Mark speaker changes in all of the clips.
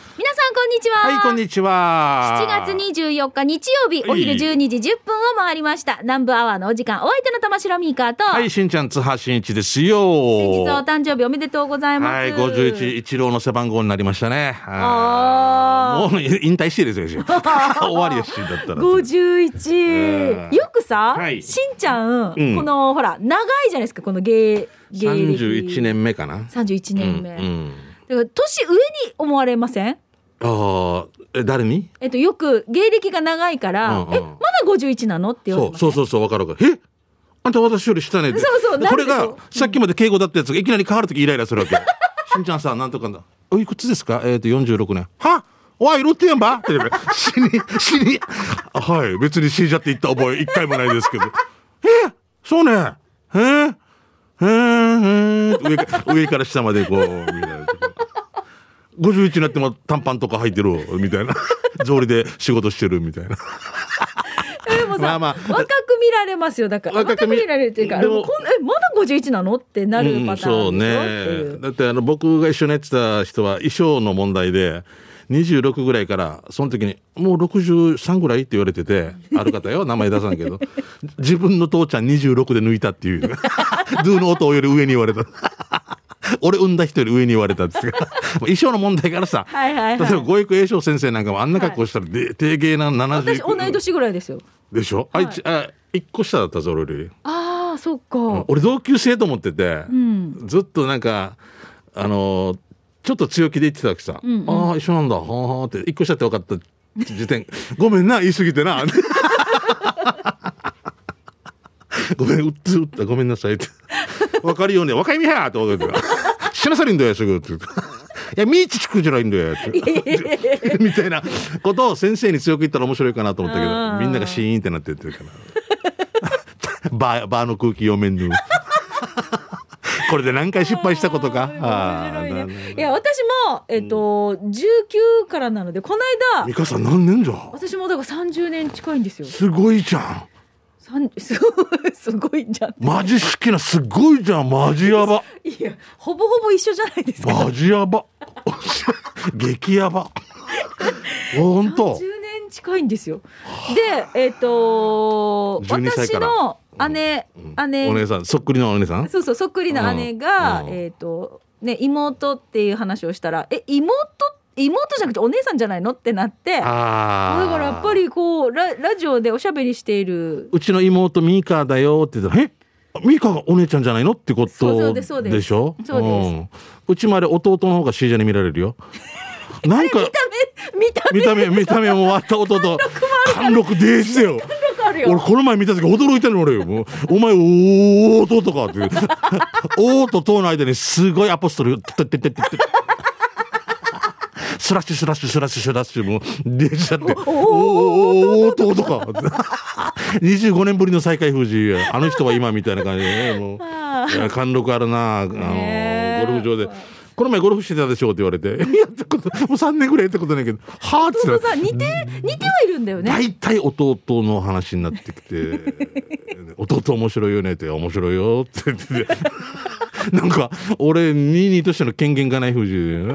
Speaker 1: んにちは。
Speaker 2: はい、こんにちは。
Speaker 1: 7月24日日曜日、
Speaker 2: はい
Speaker 1: お昼12時10分を回りました。南部アワーのお時間、お相手の玉城ミーカーと、
Speaker 2: はい、しんちゃん、津波しんいちですよ。
Speaker 1: 先日お誕生日おめでとうございます。
Speaker 2: はい、51、一郎の背番号になりましたね。
Speaker 1: あ
Speaker 2: ーもう引退してです よ、しん終わりやしんだったら。
Speaker 1: 51
Speaker 2: うん
Speaker 1: よくさ、
Speaker 2: はい
Speaker 1: しんちゃん、
Speaker 2: うん
Speaker 1: このほら長いじゃないですかこの芸芸歴
Speaker 2: 31年目かな。
Speaker 1: 31年目、
Speaker 2: うんうん。
Speaker 1: だから年上に思われません
Speaker 2: ああ、え誰に
Speaker 1: えっとよく芸歴が長いから、
Speaker 2: うんうん
Speaker 1: えまだ51なのって言われ
Speaker 2: そう
Speaker 1: ます
Speaker 2: そうそうそう、わかるわかる。えあんた私より下ねって
Speaker 1: そうそう
Speaker 2: でこれ
Speaker 1: なん
Speaker 2: が
Speaker 1: でしょ、
Speaker 2: さっきまで敬語だったやつがいきなり変わるときイライラするわけ。 しんちゃんさん、なんとかだ。おいくつですかえっ、ー、と、46年。はおい、ロッテやんばって言うから 死に、死に。あはい、別に死んじゃって言った覚え一回もないですけど。えーそうね。へえー、へーへー上か上から下までこう、みたいな。51になっても短パンとか履いてる、みたいな。草履で仕事してる、みたいな。
Speaker 1: でもさ、
Speaker 2: まあまあ
Speaker 1: 若く見られますよだから若
Speaker 2: 若
Speaker 1: く
Speaker 2: く
Speaker 1: 見
Speaker 2: 見
Speaker 1: られるっていうか
Speaker 2: でも
Speaker 1: こんえまだ51なのってなるパターンでしょ、っていう
Speaker 2: うんそうねだってあの僕が一緒にやってた人は衣装の問題で26ぐらいからその時に「もう63ぐらい?」って言われててある方よ名前出さんけど 自分の父ちゃん26で抜いたっていう ドゥの音より上に言われた 俺産んだ人より上に言われた んですけど衣装の問題からさ
Speaker 1: はいはいはい
Speaker 2: 例えば語育栄翔先生なんかもあんな格好したらで低芸な
Speaker 1: 私
Speaker 2: 70
Speaker 1: 同い年ぐらいですよ
Speaker 2: でしょ、あいちあ1個下だったぞ俺より。
Speaker 1: ああそっか、
Speaker 2: 俺同級生と思ってて、
Speaker 1: ん
Speaker 2: ずっとなんかあのーちょっと強気で言ってたわけさ「
Speaker 1: んうん
Speaker 2: ああ一緒なんだはあはあ」って一個したって分かった時点「ごめんな言い過ぎてな」 ごめんうっつうったごめんなさい」って「分かるよね若いみや」って驚いて「死なされんだよすぐ」って言って。いや、みーちちくじゃないんだよ。ってみたいなことを先生に強く言ったら面白いかなと思ったけ
Speaker 1: あー
Speaker 2: ど、みんながシーンってなってってるから。 バーバーの空気読めんの これで何回失敗したことか
Speaker 1: あー
Speaker 2: あ
Speaker 1: 面白
Speaker 2: ー
Speaker 1: い
Speaker 2: な
Speaker 1: ね
Speaker 2: るほ
Speaker 1: い
Speaker 2: ど
Speaker 1: や私もえっ、と、19からなのでこの間
Speaker 2: 美香さん何年じゃ
Speaker 1: 私もだから30年近いんですよ
Speaker 2: すごいじゃん
Speaker 1: さんすごいすごいじゃん
Speaker 2: マジ好きなすごいじゃんマジやば
Speaker 1: いやほぼほぼ一緒じゃないですか
Speaker 2: マジやば 激やば本当
Speaker 1: 10年近いんですよでえっ、と
Speaker 2: 12歳
Speaker 1: 私
Speaker 2: から
Speaker 1: の姉、姉
Speaker 2: お姉さんそっくりのお姉さん
Speaker 1: そうそうそっくりな姉が、
Speaker 2: うんうん
Speaker 1: えっ、とね妹っていう話をしたら「え妹妹じゃなくてお姉さんじゃないの?」ってなってだ
Speaker 2: ああ
Speaker 1: からやっぱりこうララジオでおしゃべりしている
Speaker 2: うちの妹ミーカーだよって言ったら「えミーカーがお姉ちゃんじゃないの?」ってこと
Speaker 1: そうそうですそうです
Speaker 2: でしょ
Speaker 1: そうです
Speaker 2: んうちもあれ弟の方が C じゃに見られ るよなんか
Speaker 1: 見た目
Speaker 2: 見
Speaker 1: 見た
Speaker 2: た目見た目も終わった弟貫禄デージだよ
Speaker 1: 目があるよ
Speaker 2: 俺この前見た時驚いたの俺もうお前おーととかって おーととの間にすごいアポストルてってってってってスラッシュスラッシュスラッシュスラッシュもうデージだっておーおーととか25年ぶりの再会封じあの人は今みたいな感じでねもう
Speaker 1: あ
Speaker 2: いや貫禄あるなあの
Speaker 1: ねえ
Speaker 2: ゴルフ場で。この前ゴルフしてたでしょうって言われて、 いやったこと、もう3年ぐらいやったことないけど、はあって言
Speaker 1: ー
Speaker 2: ったら
Speaker 1: さ似て似てはいるんだよね
Speaker 2: 大体弟の話になってき て「弟面白いよね」って「面白いよ」って 言っててなんか俺22としての権限がない風習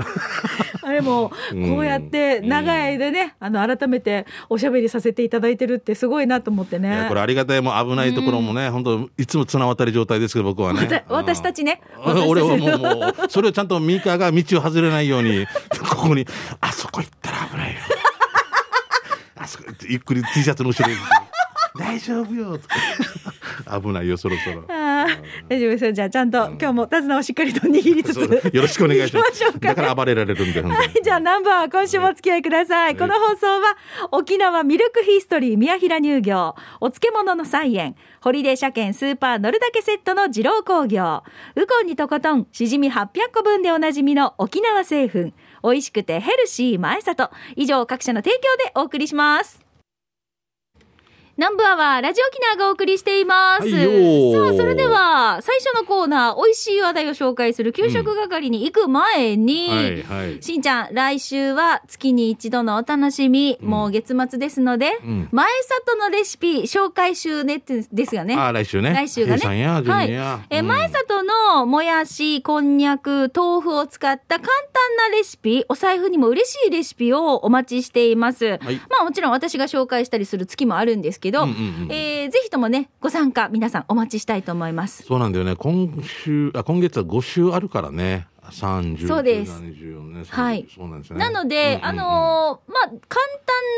Speaker 1: あれも
Speaker 2: うん
Speaker 1: こうやって長い間ねあの改めておしゃべりさせていただいてるってすごいなと思って
Speaker 2: いや
Speaker 1: ね
Speaker 2: これありがたいもん危ないところもね本当いつも綱渡り状態ですけど僕
Speaker 1: わ
Speaker 2: はね
Speaker 1: た私たちね
Speaker 2: うん俺
Speaker 1: 私
Speaker 2: は
Speaker 1: たち
Speaker 2: もうもうそれをちゃんとミカが道を外れないようにここに「あそこ行ったら危ないよ」「あそこゆっくり T シャツの後ろに「大丈夫 よ」とか危ないよそろそろ。
Speaker 1: あー大丈夫ですよじゃあちゃんと今日も手綱をしっかりと握りつつ
Speaker 2: そうよろしくお願いしま
Speaker 1: 行きましょう
Speaker 2: す。
Speaker 1: か
Speaker 2: だから暴れられるんで、本当に
Speaker 1: はい、じゃあナンバーは今週もお付き合いください。この放送は沖縄ミルクヒストリー宮平乳業、お漬物の菜園、ホリデー車検スーパー乗るだけセットの二郎工業、ウコンにとことん、しじみ800個分でおなじみの沖縄製粉、美味しくてヘルシー前里。以上各社の提供でお送りします。南部アワーラジオキナがお送りしています。
Speaker 2: はい
Speaker 1: さ
Speaker 2: よ
Speaker 1: あ、
Speaker 2: ー
Speaker 1: それでは、最初のコーナー、美味しい話題を紹介する給食係に行く前に、
Speaker 2: はいはい。
Speaker 1: しんちゃん、来週は月に一度のお楽しみ、
Speaker 2: ん
Speaker 1: もう月末ですので、
Speaker 2: うん
Speaker 1: 前里のレシピ紹介集ねってですよね。
Speaker 2: あー来週ね。
Speaker 1: 来週がね
Speaker 2: A さんや、ジュニア。
Speaker 1: えー
Speaker 2: うん
Speaker 1: 前里のもやし、こんにゃく、豆腐を使った簡単なレシピ、お財布にも嬉しいレシピをお待ちしています。
Speaker 2: はい
Speaker 1: まあもちろん私が紹介したりする月もあるんですけど、
Speaker 2: うんうんうん
Speaker 1: えーぜひともね、ご参加皆さんお待ちしたいと思います。
Speaker 2: そうなんだよね。今週、あ、今月は5週あるからね。30、
Speaker 1: そうです
Speaker 2: 70ね。
Speaker 1: はい
Speaker 2: そうなんですよね。
Speaker 1: なので、
Speaker 2: うんうんうん
Speaker 1: あのーまあ、簡単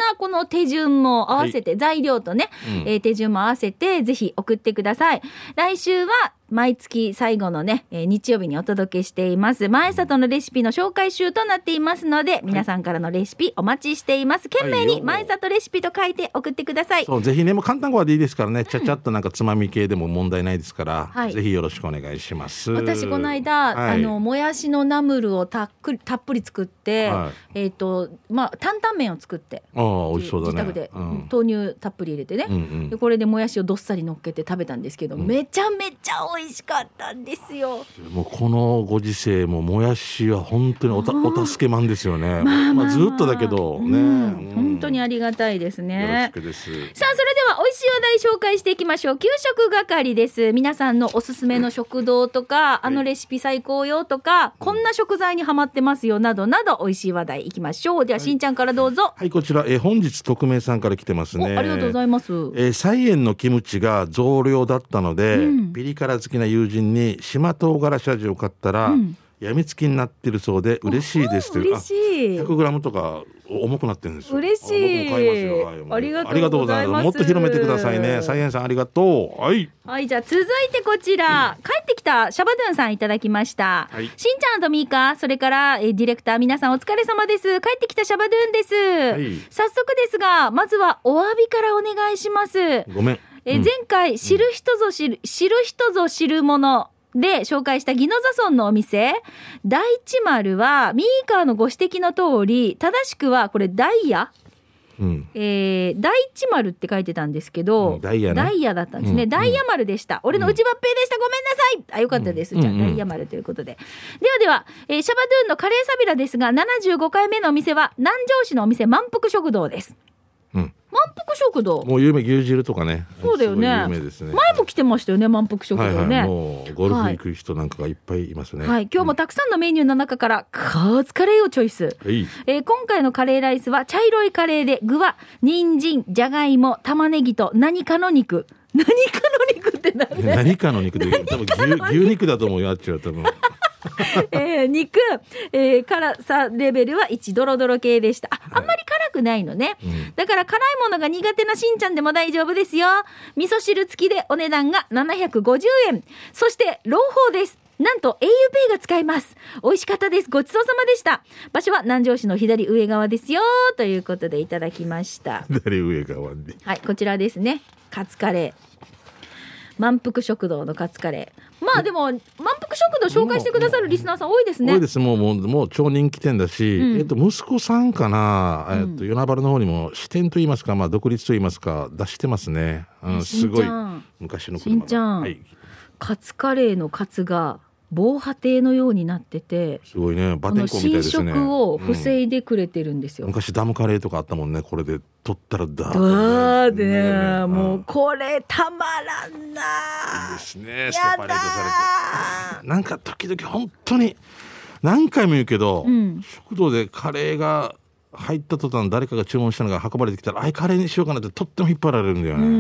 Speaker 1: なこの手順も合わせて、材料とね、
Speaker 2: うん
Speaker 1: えー手順も合わせて、ぜひ送ってください。来週は、毎月最後のね、えー日曜日にお届けしています。前里のレシピの紹介集となっていますので、皆さんからのレシピお待ちしています。懸命
Speaker 2: はい
Speaker 1: に
Speaker 2: よ
Speaker 1: 前里レシピと書いて送ってください。
Speaker 2: そうぜひねもう簡単語はでいいですからねちゃちゃっとなんかつまみ系でも問題ないですから、
Speaker 1: はい
Speaker 2: ぜひよろしくお願いします
Speaker 1: 私この間、
Speaker 2: はい
Speaker 1: あのもやしのナムルをたっくりたっぷり作って、
Speaker 2: は
Speaker 1: えっ、とまあ担々麺を作って
Speaker 2: ああ美味しそうだね
Speaker 1: 自宅で、
Speaker 2: うん
Speaker 1: 豆乳たっぷり入れてね、
Speaker 2: うんうん
Speaker 1: でこれでもやしをどっさり乗っけて食べたんですけど、
Speaker 2: ん
Speaker 1: めちゃめちゃ美味しかったんですよ。
Speaker 2: もうこのご時世ももやしは本当におたお助けマンですよ
Speaker 1: ま
Speaker 2: ね、
Speaker 1: あまあまあ
Speaker 2: ずっとだけどね、
Speaker 1: うん
Speaker 2: うん
Speaker 1: 本当にありがたいです
Speaker 2: よろ
Speaker 1: ね
Speaker 2: し。くです
Speaker 1: さあそれでは美味しい話題紹介していきましょう給食係です皆さんのおすすめの食堂とかあのレシピ最高よとかこんな食材にハマってますよなどなど美味しい話題いきましょうではしんちゃんからどうぞ、
Speaker 2: はいこちらえー本日匿名さんから来てます
Speaker 1: お
Speaker 2: ね
Speaker 1: ありがとうございます
Speaker 2: えー、菜園のキムチが増量だったので、
Speaker 1: うん
Speaker 2: ピリ辛好きな友人に島唐辛子味を買ったら、
Speaker 1: うん
Speaker 2: やみつきになってるそうで嬉しいですという
Speaker 1: 嬉しい
Speaker 2: 100グラムとか重くなってるんですよ。
Speaker 1: 嬉しい
Speaker 2: あ僕も買いますよはいもう
Speaker 1: ありがとうございます
Speaker 2: ありがとうもっと広めてくださいね。サイエンさんありがとう。はい。
Speaker 1: はい、じゃあ続いてこちら、帰ってきたシャバドゥンさんいただきました。
Speaker 2: はい
Speaker 1: しんちゃんとミーカ、それから、えーディレクター皆さんお疲れ様です。帰ってきたシャバドゥンです。
Speaker 2: い
Speaker 1: 早速ですが、まずはお詫びからお願いします。え
Speaker 2: ごめん。
Speaker 1: ー
Speaker 2: うん
Speaker 1: 前回、知る人ぞ知る、知る人ぞ知るもの。で、紹介したギノザ村のお店、大地丸は、ミーカーのご指摘の通り、正しくは、これ、ダイヤ
Speaker 2: うん。
Speaker 1: えー、大地丸って書いてたんですけど、
Speaker 2: うんダイヤね
Speaker 1: だったんですね、
Speaker 2: うん
Speaker 1: ダイヤ丸でした、俺の内ばっぺでしたごめんなさいあよかったです、
Speaker 2: うん
Speaker 1: じゃあ、
Speaker 2: うん
Speaker 1: ダイヤ丸ということでではでは、えーシャバドゥンのカレーサビラですが75回目のお店は南城市のお店満腹食堂です
Speaker 2: うん。
Speaker 1: 満腹食堂
Speaker 2: もう有名牛汁とかね。
Speaker 1: そうだよね
Speaker 2: すごい有名ですね。
Speaker 1: 前も来てましたよね満腹食
Speaker 2: はいは
Speaker 1: 堂
Speaker 2: い、
Speaker 1: ね、はい
Speaker 2: もうゴルフ行く人なんかがいっぱいいますね。
Speaker 1: 今日もたくさんのメニューの中からカーツカレーをチョイス
Speaker 2: はい。
Speaker 1: えー今回のカレーライスは茶色いカレーで具は人参、じゃがいも、玉ねぎと何かの肉。 何かの肉ってなん だ
Speaker 2: 何かの肉で多分牛牛肉だと思うよあっちは多分。
Speaker 1: えー肉、えー辛さレベルは1ドロドロ系でした。あ、あんまり辛くないのね。
Speaker 2: うん
Speaker 1: だから辛いものが苦手なしんちゃんでも大丈夫ですよ。味噌汁付きでお値段が750円。そして、朗報です。なんと auPay が使えます。美味しかったです。ごちそうさまでした。場所は南城市の左上側ですよ。ということでいただきました。
Speaker 2: 左上側に。
Speaker 1: はい、こちらですね。カツカレー。満腹食堂のカツカレー。まあでも、満腹食堂紹介してくださるリスナーさん多いですね。
Speaker 2: 多いですもうもうもう超人気店だし、
Speaker 1: うん
Speaker 2: えっと、息子さんかな、えっ
Speaker 1: う
Speaker 2: と、与那原の方にも支店といいますか、まあ、独立といいますか出してますね、うん、
Speaker 1: し
Speaker 2: す
Speaker 1: んち
Speaker 2: ごい
Speaker 1: ゃん
Speaker 2: 昔の
Speaker 1: しんちゃん
Speaker 2: はい、
Speaker 1: カツカレーのカツが防波堤のようになってて、
Speaker 2: すごいね
Speaker 1: こ
Speaker 2: バテ
Speaker 1: の
Speaker 2: ンコみたい
Speaker 1: 侵
Speaker 2: ですね
Speaker 1: 食を
Speaker 2: うん
Speaker 1: 防いでくれてるんですよ。
Speaker 2: 昔ダムカレーとかあったもんねこれで取ったらダーッ
Speaker 1: だ
Speaker 2: と
Speaker 1: ー
Speaker 2: ねね
Speaker 1: で、
Speaker 2: ね
Speaker 1: も
Speaker 2: ん
Speaker 1: うこれたまらんない
Speaker 2: いですねセ
Speaker 1: や
Speaker 2: パレートさ
Speaker 1: だ
Speaker 2: れてなんか時々本当に何回も言うけど、
Speaker 1: うん
Speaker 2: 食堂でカレーが入った途端誰かが注文したのが運ばれてきたらあいカレーにしようかなってとっても引っ張られるんだよ
Speaker 1: ーう
Speaker 2: ね、
Speaker 1: んう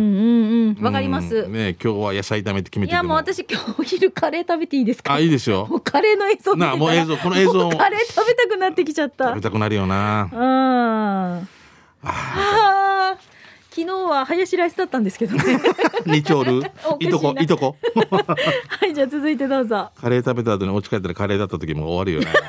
Speaker 1: んうん、わかりま
Speaker 2: う
Speaker 1: す
Speaker 2: ん。ね今日は野菜炒めって決め
Speaker 1: い
Speaker 2: てて
Speaker 1: やもう私今日お昼カレー食べていいですか
Speaker 2: あいいですよ
Speaker 1: もうカレーの映像見てたら
Speaker 2: なあもう映像この映像
Speaker 1: もうカレー食べたくなってきちゃった
Speaker 2: 食べたくなる よな
Speaker 1: うんああ昨日はハヤシライスだったんですけど ね
Speaker 2: 二丁ル
Speaker 1: おかしいない
Speaker 2: とこいとこ
Speaker 1: はいじゃあ続いてどうぞ
Speaker 2: カレー食べた後にお家帰ったらカレーだった時もう終わるよ ね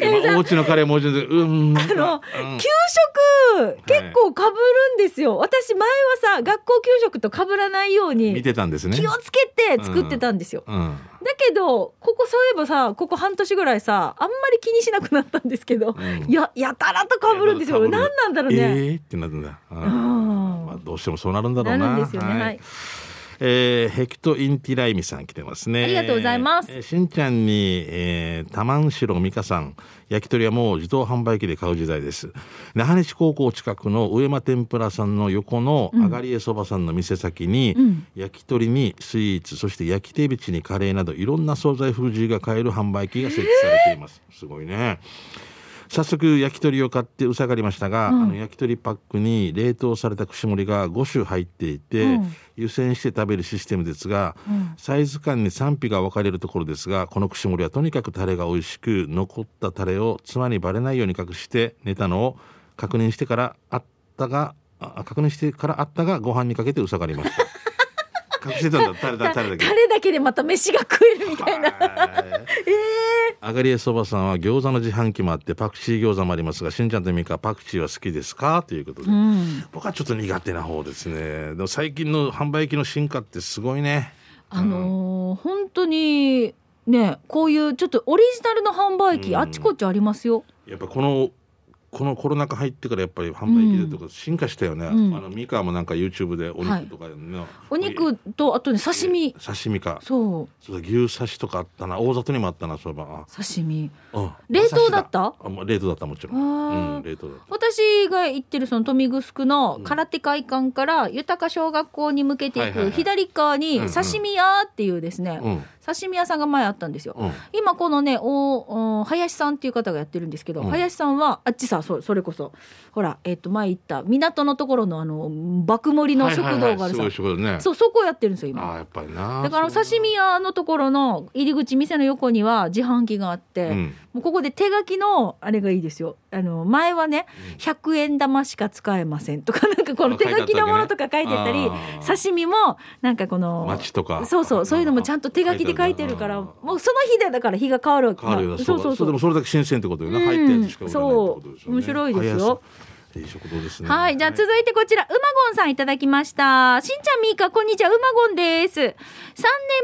Speaker 1: え
Speaker 2: 今お家のカレーもうちょっとうんなん
Speaker 1: あの
Speaker 2: かうん
Speaker 1: 給食結構かぶるんですよ、私前はさ学校給食とかぶらないよう
Speaker 2: 見
Speaker 1: に
Speaker 2: てたんですね
Speaker 1: 気をつけて作ってたんですよ、
Speaker 2: うん
Speaker 1: だけどここそういえばさここ半年ぐらいさあんまり気にしなくなったんですけど、
Speaker 2: うん
Speaker 1: ややたらとかぶるんですよ
Speaker 2: や
Speaker 1: 何
Speaker 2: たら
Speaker 1: なんだろう
Speaker 2: え
Speaker 1: ね、
Speaker 2: ーってなるんだうん
Speaker 1: うん
Speaker 2: まあ、どうしてもそうなるんだろうな。
Speaker 1: なるんですよねはい
Speaker 2: えー、ヘキトインティライミさん来てますね。
Speaker 1: ありがとうございます
Speaker 2: えーしんちゃんに、えー、玉んしろみかさん、焼き鳥はもう自動販売機で買う時代です。那覇西高校近くの上間天ぷらさんの横のあがりえそばさんの店先に、
Speaker 1: うん
Speaker 2: 焼き鳥にスイーツ、そして焼き手びちにカレーなどいろんな惣菜風味が買える販売機が設置されています。すごいね。早速焼き鳥を買ってうさがりましたが、あの焼き鳥パックに冷凍された串盛りが5種入っていて、
Speaker 1: うん
Speaker 2: 湯煎して食べるシステムですが、サイズ感に賛否が分かれるところですがこの串盛りはとにかくタレが美味しく残ったタレを妻にバレないように隠して寝たのを確認してからあったがあ確認してからあったがご飯にかけてうさがりま した隠してたんだタレだタレだけ
Speaker 1: タレだけでまた飯が食えるみたいな。
Speaker 2: はいあがりえそばさんは餃子の自販機もあってパクチー餃子もありますがしんちゃんとみかパクチーは好きですかということで、
Speaker 1: うん。
Speaker 2: 僕はちょっと苦手な方ですねでも最近の販売機の進化ってすごいね
Speaker 1: あのー本当にねこういうちょっとオリジナルの販売機、
Speaker 2: うん
Speaker 1: あっちこっちありますよ。
Speaker 2: やっぱこのこのコロナ禍入ってからやっぱり販売機でとか進化したよね、
Speaker 1: うん
Speaker 2: あのミカもなんか YouTube でお
Speaker 1: はい
Speaker 2: 肉とかの、
Speaker 1: お肉とあとね刺身。
Speaker 2: 刺身か
Speaker 1: そう
Speaker 2: そうだ牛刺しとかあったな大里にもあったなそういえば
Speaker 1: 刺身。
Speaker 2: あうん
Speaker 1: 冷凍だった
Speaker 2: あもう冷凍だったもちろ
Speaker 1: あ
Speaker 2: ん、
Speaker 1: ー
Speaker 2: うん、冷凍だった
Speaker 1: 私が行ってるその豊見城の空手会館から豊か小学校に向けて
Speaker 2: はいいはいは
Speaker 1: く
Speaker 2: い
Speaker 1: 左側に
Speaker 2: うんうん
Speaker 1: 刺身屋っていうですね、
Speaker 2: うん
Speaker 1: 刺身屋さんが前あったんですよ。
Speaker 2: うん
Speaker 1: 今このねおお林さんっていう方がやってるんですけど、
Speaker 2: うん
Speaker 1: 林さんはあっちさそそれこそほら、えっと前行った港のところのあの爆盛りの食堂があるさ、
Speaker 2: はいはいはい、すごい食堂ね
Speaker 1: そうそこをやってるんですよ
Speaker 2: あ
Speaker 1: 今
Speaker 2: あやっぱりな
Speaker 1: だからあの刺身屋のところの入り口店の横には自販機があって、
Speaker 2: うん
Speaker 1: もうここで手書きのあれがいいですよあの前はね100円玉しか使えませんとかなんかこの手書きのものとか書いてあったり
Speaker 2: あー
Speaker 1: 刺身もなんかこの
Speaker 2: 町とか
Speaker 1: そうそうそういうのもちゃんと手書きで書いてるからもうその日でだから日が変わるわけ
Speaker 2: 変わるような
Speaker 1: そうそう
Speaker 2: そ
Speaker 1: そう
Speaker 2: でも
Speaker 1: う
Speaker 2: それだけ新鮮ってことよね、
Speaker 1: うん
Speaker 2: 入ったやつしか売らないってことです
Speaker 1: そ
Speaker 2: よね
Speaker 1: う面白いですよ
Speaker 2: 早さいい食堂ですね
Speaker 1: はい。じゃあ続いてこちら、うまごんさんいただきました。しんちゃんみーか、こんにちは、うまごんです。3年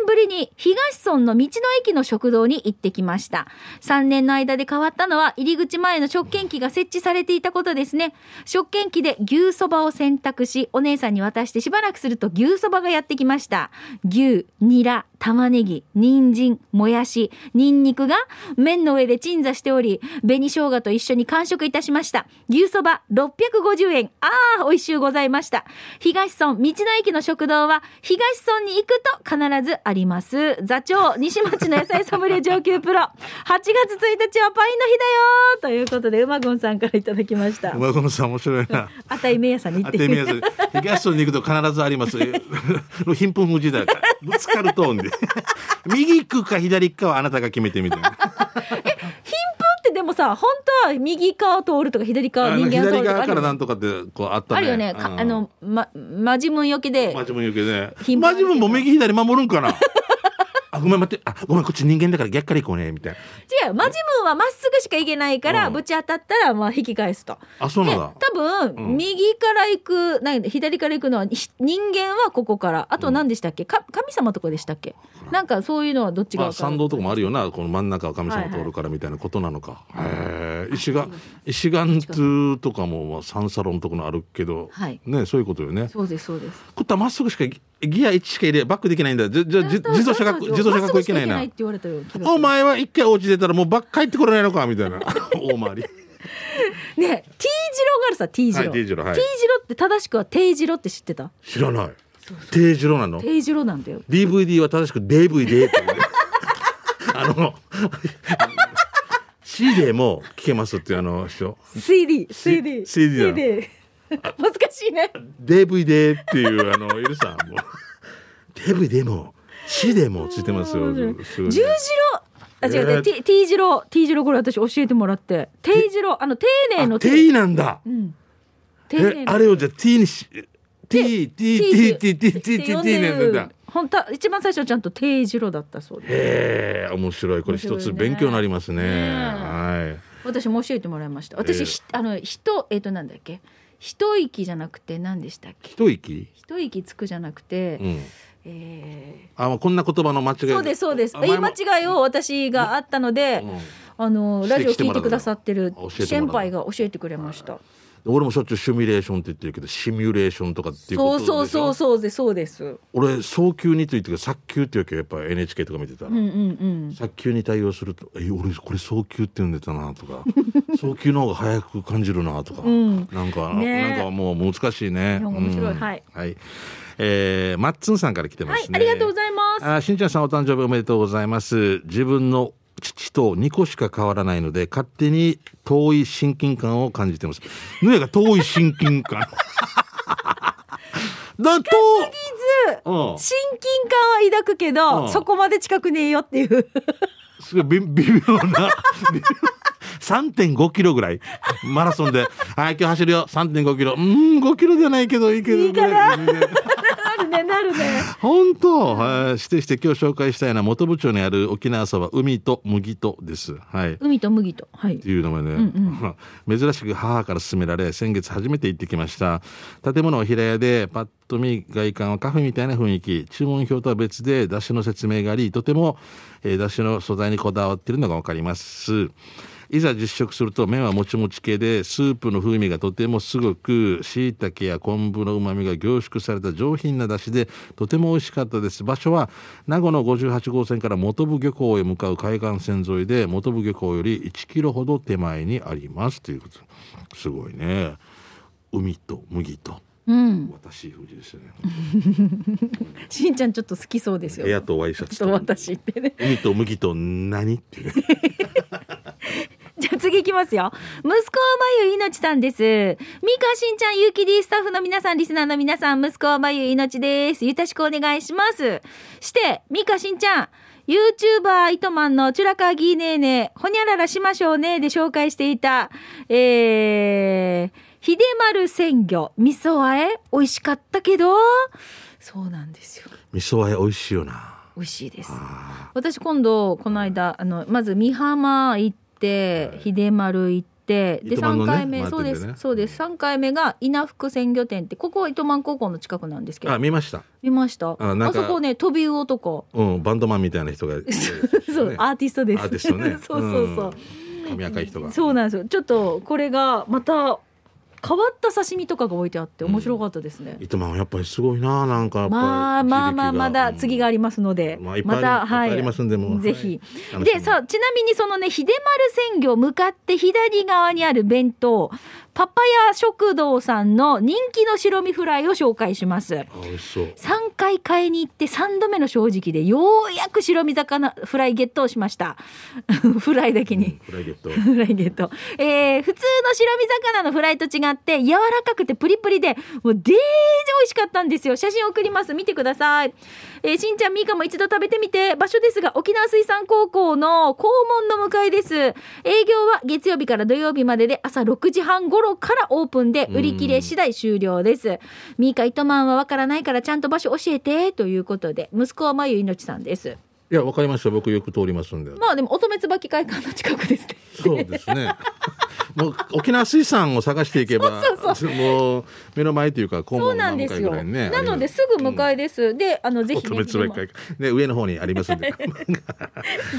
Speaker 1: ぶりに東村の道の駅の食堂に行ってきました。3年の間で変わったのは、入り口前の食券機が設置されていたことですね。食券機で牛そばを選択し、お姉さんに渡してしばらくすると牛そばがやってきました。牛、ニラ、玉ねぎ、人参、もやし、ニンニクが麺の上で鎮座しており、紅生姜と一緒に完食いたしました。牛そば650円。ああ、美味しゅうございました。東村道の駅の食堂は、東村に行くと必ずあります。座長、西町の野菜ソムリエ上級プロ。8月1日はパインの日だよということで、馬ゴンさんからいただきました
Speaker 2: う。まいことさん面白いな
Speaker 1: あたいめやさんに行
Speaker 2: あ
Speaker 1: ってて
Speaker 2: みや
Speaker 1: る。
Speaker 2: すい 東村に行くと必ずあります貧富不時代からぶつかるトーンで 右行くか左行くかはあなたが決めてみて
Speaker 1: ってでもさ、本当は右側通るとか左側
Speaker 2: あの
Speaker 1: 人間通る
Speaker 2: 左
Speaker 1: とか
Speaker 2: 側
Speaker 1: ある
Speaker 2: から
Speaker 1: よ
Speaker 2: な
Speaker 1: ね。
Speaker 2: んとかってこうあったね
Speaker 1: あるよね。かあの、ま、マジムンよけで。
Speaker 2: マジも言うけどね
Speaker 1: 貧乏
Speaker 2: マジももう右左守るん かなあごめん待ってあごめんこっち人間だから逆から行こうねみたいな
Speaker 1: 違うよマジムンはまっすぐしか行けないから、
Speaker 2: うん
Speaker 1: ぶち当たったらまあ引き返すと。
Speaker 2: あそう
Speaker 1: で
Speaker 2: なんだ
Speaker 1: 多分、
Speaker 2: うん
Speaker 1: 右から行くなんだ左から行くのはひ人間はここからあと何でしたっけ、か神様とかでしたっけなんかそういうのはどっちが
Speaker 2: ま
Speaker 1: 分
Speaker 2: あ、
Speaker 1: かる、
Speaker 2: 参道とかもあるよなこの真ん中を神
Speaker 1: は
Speaker 2: 様
Speaker 1: いはい
Speaker 2: 通るからみたいなことなのか、へえ石が石岩通とかもまあ三サロンとこのあるけど、
Speaker 1: はい
Speaker 2: ねそういうことよね
Speaker 1: そうですそうです。
Speaker 2: こったまっすぐしかギギア1しか入れバックできないんだじゃじゃじ自動車学自動車学校行けない
Speaker 1: ま
Speaker 2: な
Speaker 1: っすぐしか行けないって言われたよ。気がする
Speaker 2: お前は一回お家出たらもうバック帰ってこれないのかみたいな 大回り
Speaker 1: ね T 字路があるさ T 字路。
Speaker 2: はい T 字路はい
Speaker 1: T 字路って正しくは定字路って知ってた？
Speaker 2: 知らない定時郎なの
Speaker 1: 定字路なんだよ。
Speaker 2: DVD は正しく DVD って言うねあの CD も聞けますっていうあの人
Speaker 1: CD CD
Speaker 2: CD なの
Speaker 1: CD 難しいね。
Speaker 2: DVD っていうあのいるさもう DVD も C でもついてますよすご
Speaker 1: 十
Speaker 2: い
Speaker 1: 字路あ違う、
Speaker 2: えー
Speaker 1: T, T 字路 T 字路これ私教えてもらって定字路あの丁寧の
Speaker 2: あ T なんだ
Speaker 1: うん丁寧
Speaker 2: え
Speaker 1: の
Speaker 2: あれをじゃあ T にし T T T T T T T なんだ
Speaker 1: 本当は一番最初はちゃんと定字路だったそうです
Speaker 2: へえ面白いこれ一
Speaker 1: 面白
Speaker 2: つ
Speaker 1: いね
Speaker 2: 勉強になりますね
Speaker 1: ね
Speaker 2: は
Speaker 1: 私も教えてもらいました
Speaker 2: え
Speaker 1: 私
Speaker 2: ー
Speaker 1: ひあの人えっ、となんだっけ一息じゃなくて何でしたっ
Speaker 2: い
Speaker 1: け
Speaker 2: 一息
Speaker 1: 一息つくじゃなくて、
Speaker 2: うん
Speaker 1: え
Speaker 2: あまあこんな言葉の間違い
Speaker 1: ーそうですそうです
Speaker 2: あ
Speaker 1: 言い
Speaker 2: 前も
Speaker 1: 間違いを私があったので、
Speaker 2: うん
Speaker 1: あの
Speaker 2: 指摘
Speaker 1: ラジオ
Speaker 2: して
Speaker 1: 聞い
Speaker 2: もら
Speaker 1: て
Speaker 2: う
Speaker 1: くださってる
Speaker 2: 教えてもらう
Speaker 1: 先輩が教えてくれました
Speaker 2: 俺もしょっちゅうシミュレーションって言ってるけどシミュレーションとかっていうこ
Speaker 1: そ
Speaker 2: と
Speaker 1: う
Speaker 2: でし
Speaker 1: そ
Speaker 2: ょ
Speaker 1: うそうそうでそうです。
Speaker 2: 俺早急にと言ってるけど早急っていうわけやっぱ NHK とか見てたら、
Speaker 1: うんうんうん。
Speaker 2: 早急に対応すると「え俺これ早急って呼んでたな」とか「早急の方が早く感じるな」とか、
Speaker 1: うん
Speaker 2: なんか、
Speaker 1: ね
Speaker 2: なんかもう難しいね。
Speaker 1: いや面白い
Speaker 2: うん
Speaker 1: はい
Speaker 2: えーマッツンさんから来てま
Speaker 1: は
Speaker 2: す
Speaker 1: い、
Speaker 2: ね。
Speaker 1: ありがとうございます。
Speaker 2: あーしんちゃんさんお誕生日おめでとうございます。自分の父と2個しか変わらないので、勝手に遠い親近感を感じてます。ぬえが遠い親近 感。だと、うん、
Speaker 1: 親近感は抱くけど、
Speaker 2: うん
Speaker 1: そこまで近くねえよっていう。
Speaker 2: すごい微微妙な。 微妙3.5キロぐらいマラソンで「はい今日走るよ3.5キロうーん5キロじゃないけどいいけど、
Speaker 1: いいかななるね、なるね。
Speaker 2: 本当、はい、してして今日紹介したいのは元部町にある沖縄そば海と麦とですはい
Speaker 1: 海と麦と。はい
Speaker 2: って。いうのがね、 珍しく母から勧められ先月初めて行ってきました建物は平屋でパッと見外観はカフェみたいな雰囲気注文表とは別で出汁の説明がありとても、えー、出汁の素材にこだわっているのが分かりますいざ実食すると麺はもちもち系でスープの風味がとてもすごくしいたけや昆布のうまみが凝縮された上品な出汁でとても美味しかったです場所は名護の58号線から本部漁港へ向かう海岸線沿いで本部漁港より1キロほど手前にありますということすごいね海と麦と
Speaker 1: うん。
Speaker 2: 私富士ですよね
Speaker 1: しんちゃんちょっと好きそうですよ。
Speaker 2: 部屋とワイシャツ
Speaker 1: ちょっと私ってね。
Speaker 2: 海と麦と何っていう
Speaker 1: じゃあ次いきますよ。息子はまゆいのちさんです。ミカしんちゃん、ゆうき D スタッフの皆さん、リスナーの皆さん、息子はまゆいのちです。ゆたしくお願いします。して、ミカしんちゃん、YouTuber イトマンのチュラカギーネーネー、ほにゃららしましょうねで紹介していた、えー、ひでまる鮮魚、味噌和え、美味しかったけど、そうなんですよ。
Speaker 2: 味噌和え美味しいよな
Speaker 1: 美味しいです。
Speaker 2: あ
Speaker 1: 私今度この間あのまず美浜行って、
Speaker 2: はい
Speaker 1: 秀丸行ってで
Speaker 2: 糸満の
Speaker 1: 3回
Speaker 2: ね
Speaker 1: 目、
Speaker 2: 回って
Speaker 1: そ
Speaker 2: ん
Speaker 1: う
Speaker 2: だ
Speaker 1: で
Speaker 2: よね
Speaker 1: すそうです3回目が稲福鮮魚店ってここは糸満高校の近くなんですけ
Speaker 2: ーあ
Speaker 1: ど
Speaker 2: 見ました
Speaker 1: 見ましたあ
Speaker 2: あなんか
Speaker 1: そこね飛び魚とか
Speaker 2: うんバンドマンみたいな人が
Speaker 1: そう、アーティストです
Speaker 2: アーティストね
Speaker 1: そうそうそう、
Speaker 2: うん髪赤い人が
Speaker 1: そうなんですよちょっとこれがまた変わった刺身とかが置いてあって面白かったですね、
Speaker 2: 糸満はやっぱりすごいななんかやっぱり
Speaker 1: まあまあまあまだ
Speaker 2: うん
Speaker 1: 次がありますので、
Speaker 2: まあいっぱい
Speaker 1: ま
Speaker 2: あり
Speaker 1: た
Speaker 2: いっぱいありますんでもう
Speaker 1: ぜひ、
Speaker 2: はい
Speaker 1: でさあちなみにそのね秀丸鮮魚向かって左側にある弁当パパヤ食堂さんの人気の白身フライを紹介します
Speaker 2: あ美味しそう
Speaker 1: 3回買いに行って3度目の正直でようやく白身魚フライゲットをしました フライだけに、
Speaker 2: フライゲット
Speaker 1: フライゲット、えー普通の白身魚のフライと違って柔らかくてプリプリでもうデージ美味しかったんですよ写真送ります見てください、えーしんちゃんみーかも一度食べてみて場所ですが沖縄水産高校の校門の向かいです営業は月曜日から土曜日までで朝6時半頃からオープンで売り切れ次第終了ですみーか糸満はわからないからちゃんと場所教えてということで息子はまゆいのちさんです
Speaker 2: いやわかりました僕よく通りますんで
Speaker 1: まあでも乙女椿会館の近くですね
Speaker 2: そうです ねもう沖縄水産を探していけばもう目の前というか肛
Speaker 1: そう
Speaker 2: 門の
Speaker 1: なん
Speaker 2: 真
Speaker 1: です
Speaker 2: 向かい
Speaker 1: よ。
Speaker 2: ぐらいにね
Speaker 1: なので
Speaker 2: あります
Speaker 1: ぐ向かいです。で、あのぜひ、
Speaker 2: 乙
Speaker 1: ね、
Speaker 2: 女つばっかりね上の方にありますんで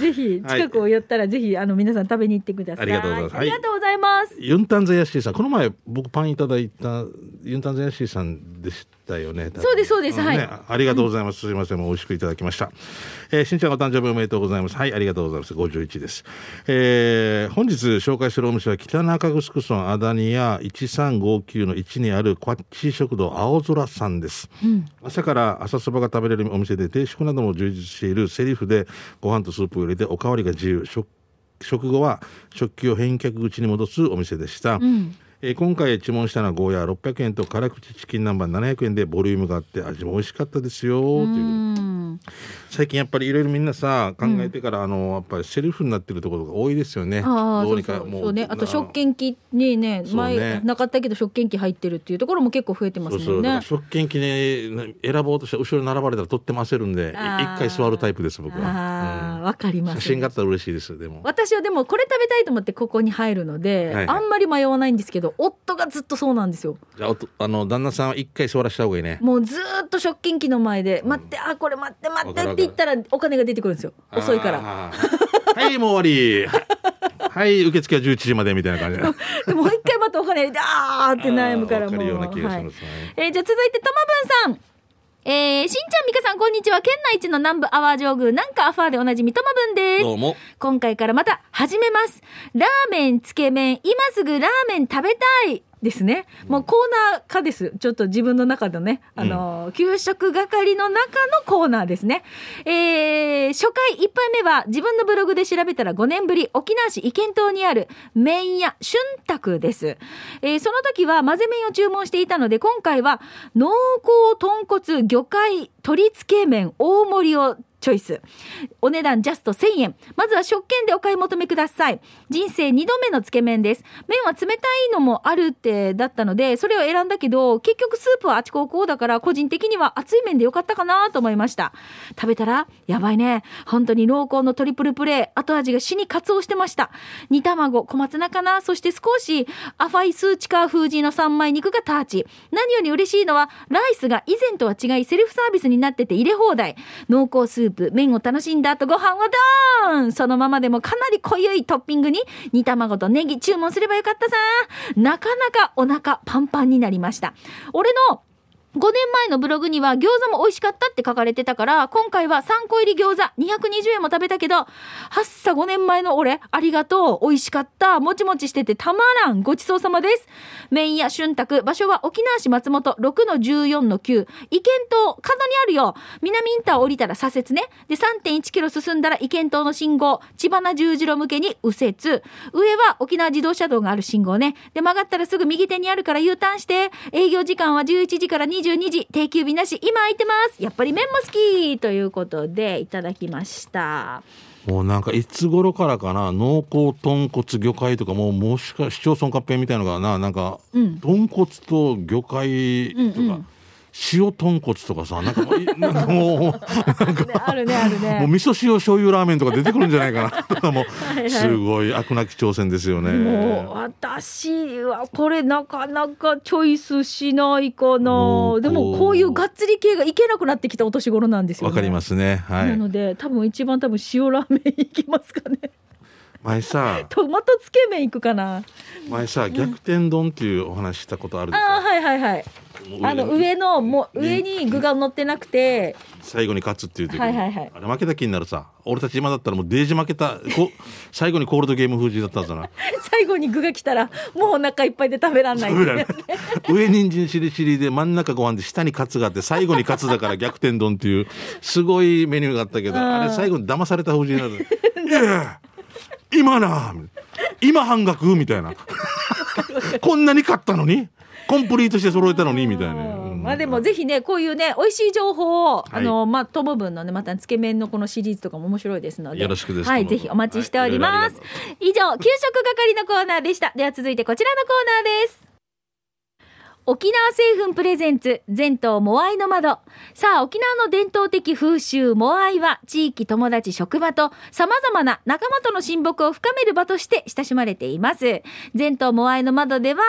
Speaker 1: ぜひ近くを寄ったら、ぜひあの皆さん食べに行ってください。
Speaker 2: ありがとうございます
Speaker 1: ありがとうございます。
Speaker 2: ユンタンザヤッシーさんこの前僕パンいただいたユンタンザヤッシーさんでしたよね多分
Speaker 1: そうですそうです
Speaker 2: ん
Speaker 1: はい
Speaker 2: ねありがとうございますすいませんもう美味しくいただきました、えーしんちゃんお誕生日おめでとうございますはいありがとうございます51です、えー本日紹介するお店は北中城村アダニア1359の1にあるこっち食堂青空さんです、朝から朝そばが食べれるお店で定食なども充実しているセリフでご飯とスープを入れておかわりが自由食食後は食器を返却口に戻すお店でした、えー今回注文したのはゴーヤー600円と辛口チキン南蛮700円でボリュームがあって味も美味しかったですよという
Speaker 1: うん、
Speaker 2: 最近やっぱりいろいろみんなさ考えてから、あのやっぱりセルフになってるところが多いですよね
Speaker 1: ああ、
Speaker 2: ど
Speaker 1: そうう
Speaker 2: に
Speaker 1: そ
Speaker 2: か
Speaker 1: う
Speaker 2: もう
Speaker 1: そうね。あと
Speaker 2: な
Speaker 1: 食券機にね、
Speaker 2: そうね
Speaker 1: 前なかったけど食券機入ってるっていうところも結構増えてます
Speaker 2: そ
Speaker 1: も
Speaker 2: うん
Speaker 1: ね。
Speaker 2: そうだから食券機ね選ぼうとして後ろに並ばれたらとっても焦るんでい一
Speaker 1: あー
Speaker 2: 回座るタイプです僕
Speaker 1: あ
Speaker 2: は、
Speaker 1: あ、わかり
Speaker 2: うん
Speaker 1: ます。
Speaker 2: 写真があったら嬉しいですでも
Speaker 1: 私はでもこれ食べたいと思ってここに入るので、
Speaker 2: はいはい
Speaker 1: あんまり迷わないんですけど夫がずっとそうなんですよ
Speaker 2: じゃあおとあの旦那さんは一回座らした方がいいね
Speaker 1: もうずーっと食券機の前で「待ってあこれ待って待って」って言ったらお金が出てくるんですよ遅いから
Speaker 2: あーはいもう終わりははい、受付は11時までみたい な感じで。
Speaker 1: でもう一回またお金入れて、あーって悩むから
Speaker 2: あー
Speaker 1: も
Speaker 2: わ
Speaker 1: う。
Speaker 2: かるような気がしますね
Speaker 1: はいえーじゃあ続いて、とまぶんさん。えー、しんちゃん、みかさん、こんにちは。県内一の南部アワー上宮、なんかアファーでおなじみ、とまぶんです。
Speaker 2: どうも。
Speaker 1: 今回からまた始めます。ラーメン、つけ麺、今すぐラーメン食べたいですね。もうコーナー化です。ちょっと自分の中のね、あのー、給食係の中のコーナーですね。えー、初回1杯目は自分のブログで調べたら5年ぶり、沖縄市意見島にある麺屋春卓です。えーその時は混ぜ麺を注文していたので、今回は濃厚豚骨魚介鶏つけ麺大盛りをチョイス。お値段ジャスト1000円。まずは食券でお買い求めください。人生2度目のつけ麺です。麺は冷たいのもあるってだったので、それを選んだけど、結局スープはあちこちこうだから、個人的には熱い麺でよかったかなと思いました。食べたら、やばいね。本当に濃厚のトリプルプレイ。後味が死にカツオしてました。煮卵、小松菜かなそして少しアファイスーチカー風神の三枚肉がターチ。何より嬉しいのは、ライスが以前とは違いセルフサービスになってて入れ放題。濃厚スープ、麺を楽しんだ後ご飯をドーンそのままでもかなり濃ゆいトッピングに、煮卵とネギ注文すればよかったさなかなかお腹パンパンになりました。俺の5年前のブログには餃子も美味しかったって書かれてたから、今回は3個入り餃子220円も食べたけど、はっさ5年前の俺、ありがとう、美味しかった、もちもちしててたまらん、ごちそうさまです。麺屋春卓、場所は沖縄市松本6-14-9、意見島、角にあるよ。南インター降りたら左折ね。で、3.1キロ進んだら意見島の信号、千葉な十字路向けに右折。上は沖縄自動車道がある信号ね。で、曲がったらすぐ右手にあるから U ターンして、営業時間は11時から22時、定休日なし、今空いてます。やっぱり麺も好きということで、いただきました。
Speaker 2: もうなんかいつ頃からかな濃厚豚骨魚介とかもうもしか市町村合併みたいのがななんか、
Speaker 1: うん
Speaker 2: 豚骨と魚介とか、
Speaker 1: うんうん
Speaker 2: 塩豚骨とかさなんかも ういなんかもう
Speaker 1: ねあるね、ある
Speaker 2: もう
Speaker 1: ね。
Speaker 2: 味噌塩醤油ラーメンとか出てくるんじゃな いかな も
Speaker 1: いはいう
Speaker 2: すごい悪なき挑戦ですよね
Speaker 1: もう私はこれなかなかチョイスしないか
Speaker 2: 濃
Speaker 1: な
Speaker 2: 厚
Speaker 1: でもこういうがっつり系がいけなくなってきたお年頃なんですよ、
Speaker 2: わ
Speaker 1: ね、
Speaker 2: かりますねは
Speaker 1: ないので多分一番多分塩ラーメンいきますかね
Speaker 2: 前さ
Speaker 1: トマトつけ麺いくかな
Speaker 2: 前さ逆転丼っていうお話したことあるでしょ
Speaker 1: ああはいはいはい
Speaker 2: もう
Speaker 1: あの上のもう上に具が乗ってなくて
Speaker 2: 最後に勝つっていう時に、
Speaker 1: はいはいはい
Speaker 2: あれ負けた気になるさ俺たち今だったらもうデ ージ負けたこ最後にコールドゲーム風神だったんだな
Speaker 1: 最後に具が来たらもうお腹いっぱいで食べらんない
Speaker 2: 食べられない 上人参しりしりで真ん中ご飯で下にカツがあって最後にカツだから逆転丼っていうすごいメニューがあったけ
Speaker 1: うん
Speaker 2: どあれ最後に騙された風神になる 「いや今な今半額」みたいな こんなに買ったのにコンプリートして揃えたのにみたいな、
Speaker 1: う
Speaker 2: うんん
Speaker 1: まあでもぜひねこういうね美味しい情報を、
Speaker 2: い
Speaker 1: あのまあトモブンのねまたつけ麺のこのシリーズとかも面白いですので
Speaker 2: よろしくです
Speaker 1: はいぜ
Speaker 2: トモブン
Speaker 1: ひお待ちしております、
Speaker 2: はい
Speaker 1: 以上給食係のコーナーでしたでは続いてこちらのコーナーです沖縄製粉プレゼンツ全島モアイの窓さあ沖縄の伝統的風習モアイは地域友達職場と様々な仲間との親睦を深める場として親しまれています全島モアイの窓では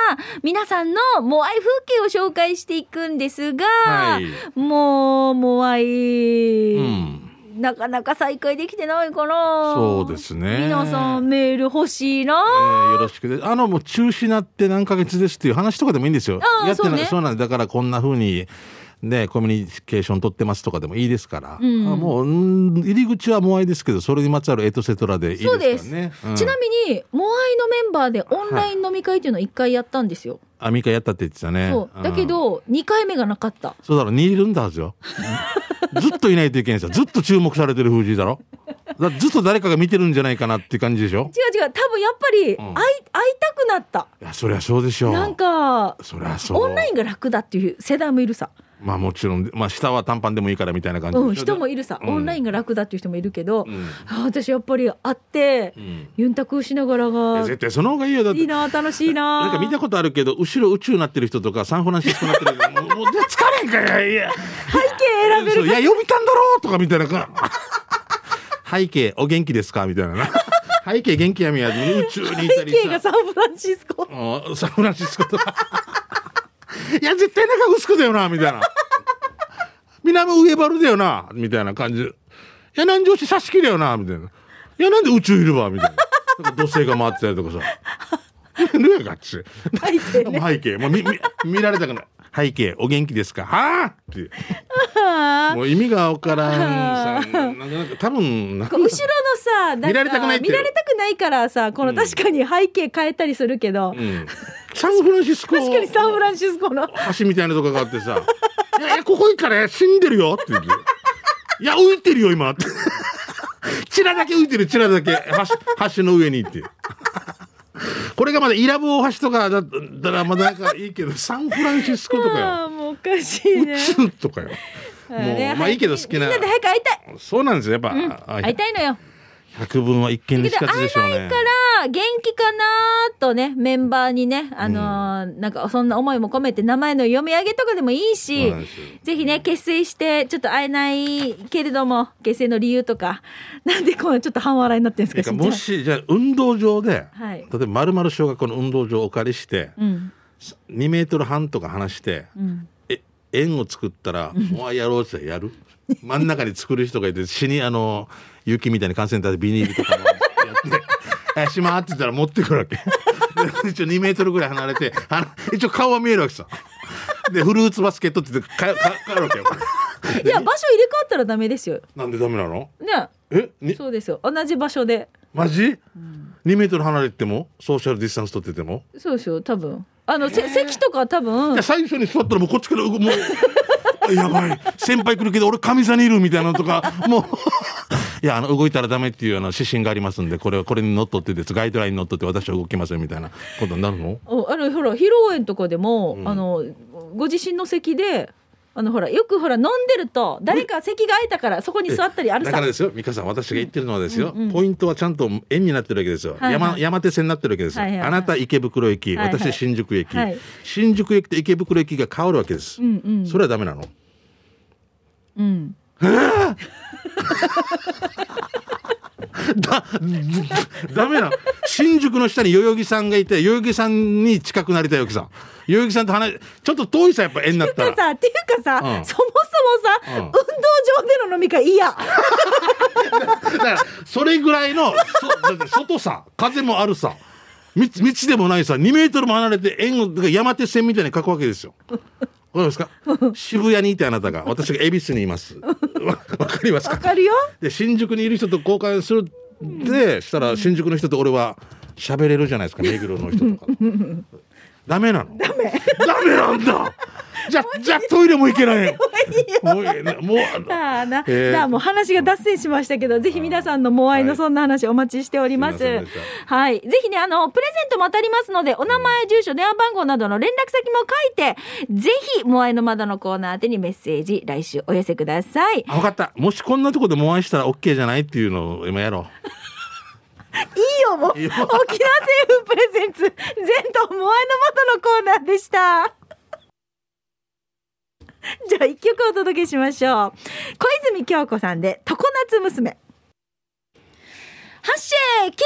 Speaker 1: 皆さんのモアイ風景を紹介していくんですが、
Speaker 2: はい
Speaker 1: もうモアイ、
Speaker 2: うん
Speaker 1: なかなか再開できてないかな
Speaker 2: そうですね
Speaker 1: 皆さんメール欲しいな、
Speaker 2: えーよろしくです。あの、もう中止になって何ヶ月ですっていう話とかでもいいんですよ。
Speaker 1: あー
Speaker 2: やってな
Speaker 1: そう
Speaker 2: い
Speaker 1: ね
Speaker 2: そうなんで、だからこんな風に、ね、コミュニケーション取ってますとかでもいいですから。
Speaker 1: うん
Speaker 2: あもう、うん入り口はモアイですけど、それにまつわるエトセトラでいいですからね。
Speaker 1: そうで
Speaker 2: ん
Speaker 1: ちなみにモアイのメンバーでオンライン飲み会っていうのを1回やったんですよ、
Speaker 2: あ、ミカやったって言ってたね。
Speaker 1: そうだけ
Speaker 2: うん、
Speaker 1: ど2回目がなかった
Speaker 2: そうだろ、にいるんだはずよ。 ずっといないといけないんですよ。ずっと注目されてる風神だろ。だからずっと誰かが見てるんじゃないかなっていう感じでしょ。
Speaker 1: 違う違う多分やっぱり会い,、
Speaker 2: ん
Speaker 1: 会いたくなった
Speaker 2: いや、そりゃそうでしょう。
Speaker 1: なんか
Speaker 2: そりゃそう。
Speaker 1: オンラインが楽だっていう世代もいるさ、
Speaker 2: まあもちろん、まあ下は短パンでもいいからみたいな感じでしょ
Speaker 1: うん、人もいるさ、
Speaker 2: うん
Speaker 1: オンラインが楽だっていう人もいるけど、
Speaker 2: ん
Speaker 1: あ私やっぱり会って、
Speaker 2: ん
Speaker 1: ユンタクしながら
Speaker 2: いや
Speaker 1: が
Speaker 2: 絶対その方がいいよだって
Speaker 1: いいな楽しいな
Speaker 2: なんか見たことあるけど後ろ宇宙になってる人とかサンフランシスコになってる 人もうもうじゃあ疲れんかよいや
Speaker 1: 背景選べ
Speaker 2: そう
Speaker 1: る
Speaker 2: いや呼びたんだろうとかみたいな か背景お元気ですかみたいなな 背景元気やみや宇宙にいた
Speaker 1: 背
Speaker 2: り
Speaker 1: 景が
Speaker 2: さ
Speaker 1: サンフランシスコ
Speaker 2: うんサンフランシスコ とかいや絶対なんか薄くだよなみたいな南上原だよなみたいな感じいや南城市挿し木だよなみたいないやなんで宇宙いるわみたいななんか土星が回ってたりとかさ。 ぬやがっち。
Speaker 1: 背景ね
Speaker 2: 背景。もう見、見、見られたくない。背景、お元気ですかはあって。もう意味がわからん さ。なんか、なんか多分、なん
Speaker 1: こ
Speaker 2: か
Speaker 1: う 後ろのさ、なんか
Speaker 2: 見られたくないって
Speaker 1: 見られたくないからさ、この確かに背景変えたりするけど、
Speaker 2: うんサンフランシスコ。
Speaker 1: 確かにサンフランシスコの、
Speaker 2: 橋みたいなとこがあってさ「いやいやここ行ったら死んでるよ」って言って「いや浮いてるよ今」って 「チラだけ浮いてるチラだけ橋橋の上に」ってこれがまだイラブ大橋とかだったらまだなんかいいけどサンフランシスコとか
Speaker 1: あ
Speaker 2: よ
Speaker 1: あもうおかしいね。
Speaker 2: 宇宙とかよもう
Speaker 1: ね
Speaker 2: まあいいけど好き
Speaker 1: み
Speaker 2: な
Speaker 1: んなで早く会いたい。
Speaker 2: そうなんですよやっぱ、あ
Speaker 1: 会いたいのよ。
Speaker 2: 百聞は一見
Speaker 1: け
Speaker 2: にし
Speaker 1: ど
Speaker 2: かず
Speaker 1: 会
Speaker 2: で
Speaker 1: え
Speaker 2: しょう
Speaker 1: な
Speaker 2: ね
Speaker 1: いから元気かなとねメンバーにねあのーなんかそんな思いも込めて名前の読み上げとかでもいい
Speaker 2: そ
Speaker 1: し
Speaker 2: うなんですよ
Speaker 1: ぜひね結成してちょっと会えないけれども結成の理由とかなんでこうちょっと半笑いになってるん
Speaker 2: て
Speaker 1: で
Speaker 2: か
Speaker 1: すかしんちゃん
Speaker 2: もしじゃあ運動場で、
Speaker 1: はい
Speaker 2: 例えば丸々小学校の運動場をお借りして、
Speaker 1: うん
Speaker 2: 2メートル半とか離して、
Speaker 1: うん
Speaker 2: え円を作ったら「おいやろう」ってやる真ん中に作る人がいて死にあの雪みたいに感染体でビニールとかもやって「 えしまー」って言ったら持ってくるわけで一応2メートルぐらい離れてあの一応顔は見えるわけさでフルーツバスケットって言ってかか帰るわけよ
Speaker 1: いや場所入れ替わったらダメですよ
Speaker 2: なんでダメなの
Speaker 1: ね
Speaker 2: えに
Speaker 1: そうですよ同じ場所で
Speaker 2: マジ、2メートル離れてもソーシャルディスタンス取ってても
Speaker 1: そうですよ多分あの、せ席とか多分
Speaker 2: いや最初に座ったらもうこっちから動くもう やばい先輩来るけど俺神座にいるみたいなのとかもう いやあの動いたらダメっていうあの指針がありますんでこれはこれにのっとってですガイドラインにのっとって私は動きませんみたいなことになるの
Speaker 1: おあのほら披露宴とかでも、あのご自身の席であのほらよくほら飲んでると誰か席が空いたからそこに 座ったりある
Speaker 2: だ
Speaker 1: さ
Speaker 2: からですよ美香さん私が言ってるのはですよ、ポイントはちゃんと円になってるわけですよ、
Speaker 1: はいはい
Speaker 2: 山山手線になってるわけですよ、
Speaker 1: はいはいはい
Speaker 2: あなた池袋駅、
Speaker 1: はいはい
Speaker 2: 私新宿駅、
Speaker 1: はい
Speaker 2: 新宿駅と池袋駅が変わるわけです、
Speaker 1: うんうん
Speaker 2: それはダメなの
Speaker 1: うん
Speaker 2: だ、だめな。新宿の下に代々木さんがいて、代々木さんに近くなりたいわけさ。代々木さんと話、ちょっと遠いさ、やっぱ縁になった
Speaker 1: て
Speaker 2: ら。
Speaker 1: さっていうかさ、
Speaker 2: うん
Speaker 1: そもそもさ、
Speaker 2: うん
Speaker 1: 運動場での飲み会嫌
Speaker 2: だから、それぐらいの、そだって外さ、風もあるさ、道道でもないさ、2メートルも離れて円を、だから山手線みたいに書くわけですよ。わかります か渋谷にいてあなたが、私が恵比寿にいます。わわかります
Speaker 1: わ
Speaker 2: か
Speaker 1: かるよ
Speaker 2: で、新宿にいる人と交換するで、したら、新宿の人と俺は喋れるじゃないですか、目黒の人とか。ダメなのダメダメなんだじゃ、じゃ、トイレも行けないよ。もういいね、もう、
Speaker 1: あーな、
Speaker 2: えー
Speaker 1: だからもう話が脱線しましたけど、ぜひ皆さんのモアイのそんな話お待ちしております。
Speaker 2: すいませんでし
Speaker 1: はい。ぜひね、あの、プレゼントも当たりますので、お名前、住所、電話番号などの連絡先も書いて、ぜひ、モアイの窓のコーナー宛てにメッセージ、来週お寄せください。いい
Speaker 2: あ、わかった。もしこんなとこでも愛したら OK じゃないっていうのを今やろ
Speaker 1: よ、もう。
Speaker 2: いい
Speaker 1: 沖
Speaker 2: よ
Speaker 1: 縄政府プレゼンツ、全島モアイの窓のコーナーでした。 じゃあ、一曲お届けしましょう。小泉京子さんで、常夏娘。ハッシェー機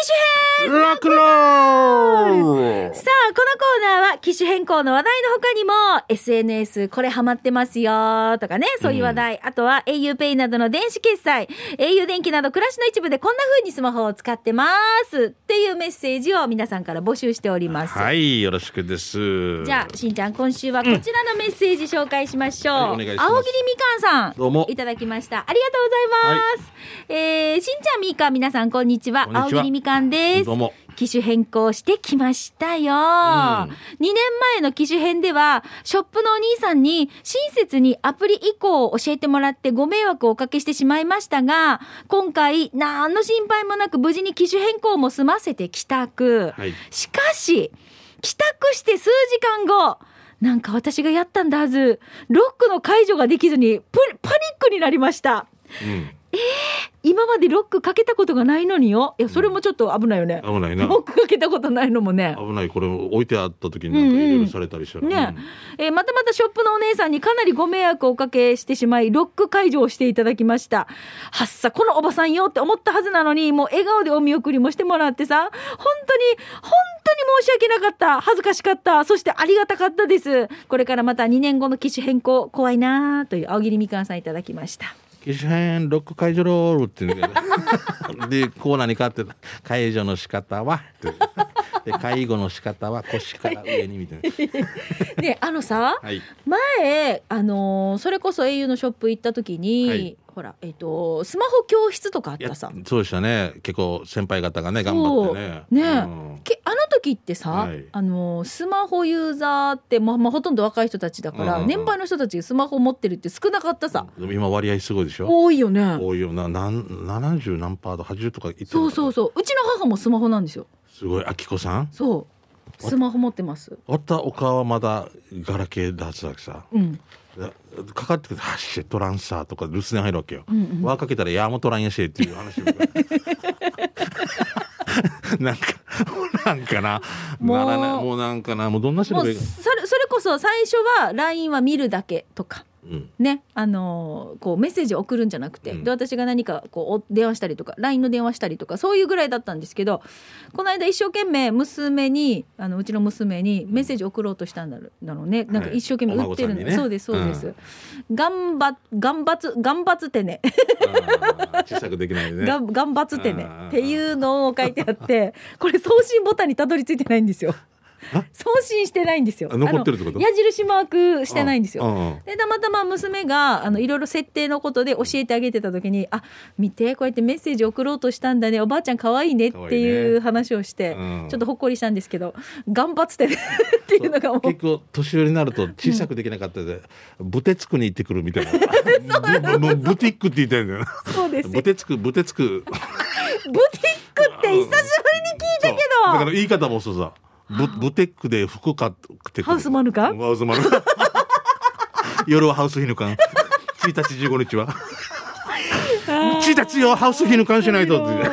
Speaker 1: 種編
Speaker 2: う。ロックンロール
Speaker 1: さあ、このコーナーは機種変更の話題の他にも、SNS これハマってますよとかね、そういう話題。あとは auPay などの電子決済、au 電気など暮らしの一部でこんな風にスマホを使ってますっていうメッセージを皆さんから募集しております。
Speaker 2: はい、よろしくです。
Speaker 1: じゃあ、しんちゃん、今週はこちらのメッセージ紹介しましょう。
Speaker 2: はいお願いします
Speaker 1: 青霧みかんさん。
Speaker 2: どうも
Speaker 1: いただきました。ありがとうございます。えー、しんちゃん、みーかん、皆さん、こんにちは。
Speaker 2: こんにちは
Speaker 1: 青霧みかんです。
Speaker 2: どうも。
Speaker 1: 機種変更してきましたよ。2年前の機種変では、ショップのお兄さんに親切にアプリ以降を教えてもらってご迷惑をおかけしてしまいましたが、今回、何の心配もなく無事に機種変更も済ませて帰宅。
Speaker 2: はい。
Speaker 1: しかし、帰宅して数時間後、なんか私がやったんだはず、ロックの解除ができずに、プパニックになりました。
Speaker 2: うん。
Speaker 1: 今までロックかけたことがないのによ。いや、それもちょっと危ないよね。
Speaker 2: 危ないな。
Speaker 1: ロックかけたことないのもね。
Speaker 2: 危ない。これ置いてあった時になんかいろいろされたりしたら。
Speaker 1: ねえーまたまたショップのお姉さんにかなりご迷惑をおかけしてしまい、ロック解除をしていただきました。はっさ、このおばさんよって思ったはずなのに、もう笑顔でお見送りもしてもらってさ、本当に、本当に申し訳なかった、恥ずかしかった、そしてありがたかったです。これからまた2年後の機種変更、怖いなあという青桐みかんさんいただきました。
Speaker 2: 機種編ロック解除ロールって言うんだけどでコーナーに変わって解除の仕方はってで介護の仕方は腰から上にみたいな
Speaker 1: ねあのさ、
Speaker 2: はい
Speaker 1: 前あのーそれこそ au のショップ行った時に、
Speaker 2: はい
Speaker 1: ほらえっ、とスマホ教室とかあっ
Speaker 2: いや
Speaker 1: たさ
Speaker 2: そうでしたね結構先輩方がね頑張ってね
Speaker 1: そうね
Speaker 2: うん
Speaker 1: けあの時ってさ、
Speaker 2: はい
Speaker 1: あのースマホユーザーって、まあまあ、ほとんど若い人たちだから、
Speaker 2: うんうんうん
Speaker 1: 年配の人たちがスマホ持ってるって少なかったさ、
Speaker 2: でも今割合すごいでしょ
Speaker 1: 多いよね
Speaker 2: 多いよななん70何パーと80とかいってる
Speaker 1: そうそうそううちの母もスマホなんですよ
Speaker 2: すごいあきこさん
Speaker 1: そうスマホ持ってます
Speaker 2: おったおかはまだガラケーだつだけさ
Speaker 1: うん
Speaker 2: だかかってくるハッシェトランサーとか留守電入るわけよ、
Speaker 1: うんうん
Speaker 2: 輪かけたらヤーモトランやしってい う話なんかなんかな
Speaker 1: もう
Speaker 2: ならないもうなんかなもうどんな人
Speaker 1: も
Speaker 2: も
Speaker 1: うそ
Speaker 2: い
Speaker 1: れ
Speaker 2: い
Speaker 1: それこそ最初は LINE は見るだけとか
Speaker 2: うん
Speaker 1: ねあのーこうメッセージを送るんじゃなくて、
Speaker 2: うん
Speaker 1: で私が何かこうお電話したりとか LINE の電話したりとかそういうぐらいだったんですけどこの間一生懸命娘にあのうちの娘にメッセージ送ろうとしたんだろうだろうねなんか一生懸命売ってるの、
Speaker 2: はいお孫さんにね
Speaker 1: そうですそうです、頑張頑張つ頑張つてね
Speaker 2: あー小さくできないね
Speaker 1: が頑張つてね
Speaker 2: あー
Speaker 1: っていうのを書いてあってこれ送信ボタンにたどり着いてないんですよ
Speaker 2: あ
Speaker 1: 送信してないんですよ
Speaker 2: あ残ってるってこと
Speaker 1: あの矢印マークしてないんですよ
Speaker 2: うん うん
Speaker 1: でたまたま娘があのいろいろ設定のことで教えてあげてた時に「あ見てこうやってメッセージ送ろうとしたんだねおばあちゃん可愛いね」っていう話をして、
Speaker 2: 可愛いねうん
Speaker 1: ちょっとほっこりしたんですけど「頑張ってね」 っていうのがもう
Speaker 2: 結構年寄りになると小さくできなかったで、ブテツクに行ってくるみたい なブブブティックって言いたいんだよ
Speaker 1: そうですよ
Speaker 2: ブテツクブテツク
Speaker 1: ブティックって久しぶりに聞いたけ
Speaker 2: そうだ
Speaker 1: ど
Speaker 2: から言い方もそうさブブテックで服買ってくる
Speaker 1: ハウスマヌカ
Speaker 2: ハウスマヌカ 夜はハウスヒヌカン1日15日は1日よハウスヒヌカンしないとって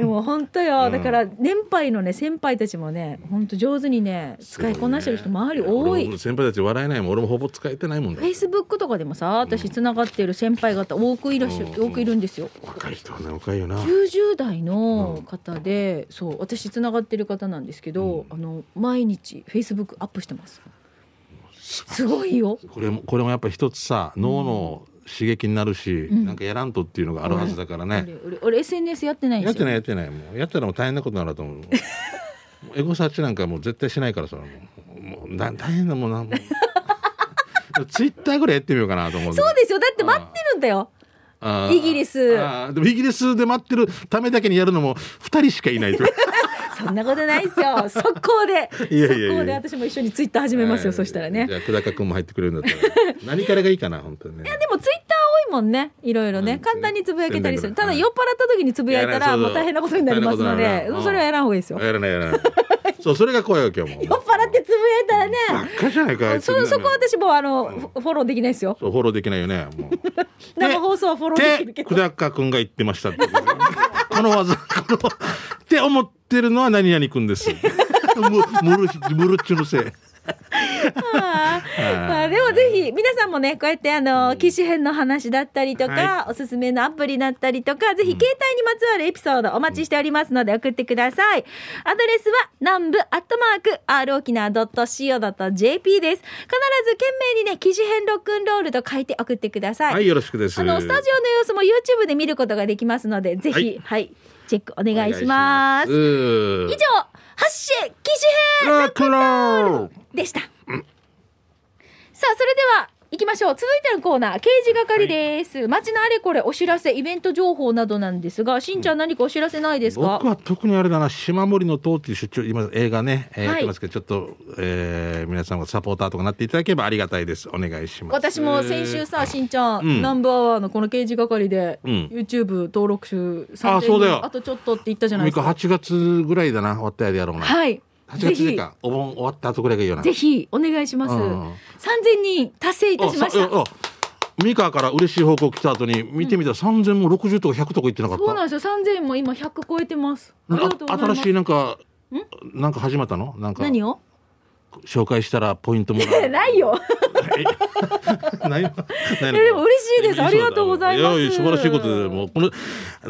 Speaker 1: でも本当よ、
Speaker 2: うん
Speaker 1: だから年配のね先輩たちもね本当上手にね使いこなしてる人周り多い
Speaker 2: 俺も先輩たち笑えないもん俺もほぼ使えてないもんだ
Speaker 1: フェイスブックとかでもさ私つながってる先輩方多くいらっしゃ
Speaker 2: うん
Speaker 1: 多くいるんですよ
Speaker 2: 若い人はね若いよな
Speaker 1: 90代の方でそう私つながってる方なんですけど、あの毎日フェイスブックアップしてますすごいよ
Speaker 2: これもこれもやっぱ一つさ脳の刺激になるし、
Speaker 1: ん
Speaker 2: なんかやらんとっていうのがあるはずだからね、
Speaker 1: 俺俺俺 SNS やってないん
Speaker 2: や
Speaker 1: で
Speaker 2: っ
Speaker 1: す
Speaker 2: て
Speaker 1: よ
Speaker 2: ないやってないもうやったらもう大変なことになると思 うもうエゴサーチなんかもう絶対しないからさもうもうだ大変だもんなも うツイッターぐらいやってみようかなと思う
Speaker 1: そうですよだって待ってるんだよ
Speaker 2: あー
Speaker 1: イギリス
Speaker 2: あーでもイギリスで待ってるためだけにやるのも2人しかいないと
Speaker 1: そんなことないです よ。速攻で。
Speaker 2: いやいやいや
Speaker 1: 速攻で私も一緒にツイッター始めますよ。そしたらね。
Speaker 2: じ
Speaker 1: で
Speaker 2: ゃあ久高君も入ってくれるんだったら何からがいいかな本当にね
Speaker 1: もツイッター多いもんね。いろいろ
Speaker 2: う
Speaker 1: ね。
Speaker 2: ん
Speaker 1: 簡単につぶやけたりす
Speaker 2: う
Speaker 1: る。
Speaker 2: ん
Speaker 1: ただ酔っ払った時につぶやいた
Speaker 2: いや
Speaker 1: ら
Speaker 2: そうそ
Speaker 1: も
Speaker 2: う
Speaker 1: う大変なことになりますの
Speaker 2: 大変な
Speaker 1: で
Speaker 2: ことになる、な
Speaker 1: うんそれはやらんほうがいいですよ。酔っ
Speaker 2: やらないやらないそうそれが怖いわ けよもうば
Speaker 1: 払ってつぶやいたらね。
Speaker 2: っかじゃないかあいつ
Speaker 1: そそこは私もうあのフォフォローできないですよ。
Speaker 2: そうフォローできないよねもう
Speaker 1: 生放送はフォローできる
Speaker 2: っ
Speaker 1: け
Speaker 2: て
Speaker 1: ど。
Speaker 2: 久高君が言ってましたってこの技このって思ってるのは何々君ですむむるむるっちゅのせい
Speaker 1: あーま あでもぜひ皆さんもねこうやってあの機種編の話だったりとか、
Speaker 2: は
Speaker 1: おすすめのアプリだったりとかぜひ携帯にまつわるエピソードお待ちしておりますので送ってくださいアドレスは南部アットマーク r 沖縄 .co.jp です必ず懸命にね機種編ロックンロールと書いて送ってください、
Speaker 2: はいよろしくです
Speaker 1: あのスタジオの様子も YouTube で見ることができますのでぜひは
Speaker 2: はいい、
Speaker 1: チェックお願いします
Speaker 2: お願
Speaker 1: 以
Speaker 2: い
Speaker 1: 上
Speaker 2: し
Speaker 1: ハッシェ機種編
Speaker 2: ますラクロー
Speaker 1: でした。さあ、それでは、行きましょう。続いてのコーナー、刑事係です。街のあれこれ、お知らせ、イベント情報などなんですが、しんちゃん何かお知らせないですか
Speaker 2: 僕は特にあれだな島森の塔っていう出張今映画ね、
Speaker 1: は
Speaker 2: えー
Speaker 1: い
Speaker 2: やってますけどちょっと、えー皆さんがサポーターとかなっていただければありがたいですお願いします
Speaker 1: 私も先週さ、しんちゃん、
Speaker 2: うん
Speaker 1: ナンバーワーのこの刑事係で、
Speaker 2: うん
Speaker 1: YouTube 登録集
Speaker 2: あそうだよ
Speaker 1: あとちょっとって言ったじゃない
Speaker 2: ミ
Speaker 1: です
Speaker 2: カ
Speaker 1: か。
Speaker 2: 8月ぐらいだな終わったやでやろうな、
Speaker 1: はい。
Speaker 2: 8
Speaker 1: ぜ
Speaker 2: 月で
Speaker 1: ひ、
Speaker 2: かお盆終わった後ぐらいがいいよな
Speaker 1: ぜひ、お願いします。
Speaker 2: う
Speaker 1: 3000
Speaker 2: ん
Speaker 1: 人達成いたしました。
Speaker 2: あさあミカから嬉しい報告来た後に見てみたら3000も60とか100とか言ってなかった。
Speaker 1: そうなんですよ。3000も今100超えてます。ありがとうござい
Speaker 2: あ
Speaker 1: ま
Speaker 2: 新
Speaker 1: す
Speaker 2: しいなんかなんか始まったのなんか
Speaker 1: 何を
Speaker 2: 紹介したらポイントもら
Speaker 1: え
Speaker 2: う。
Speaker 1: ないよ。
Speaker 2: ないないのか
Speaker 1: えでも嬉しいですありがとうございます
Speaker 2: やや素晴らしいことで、もうこの、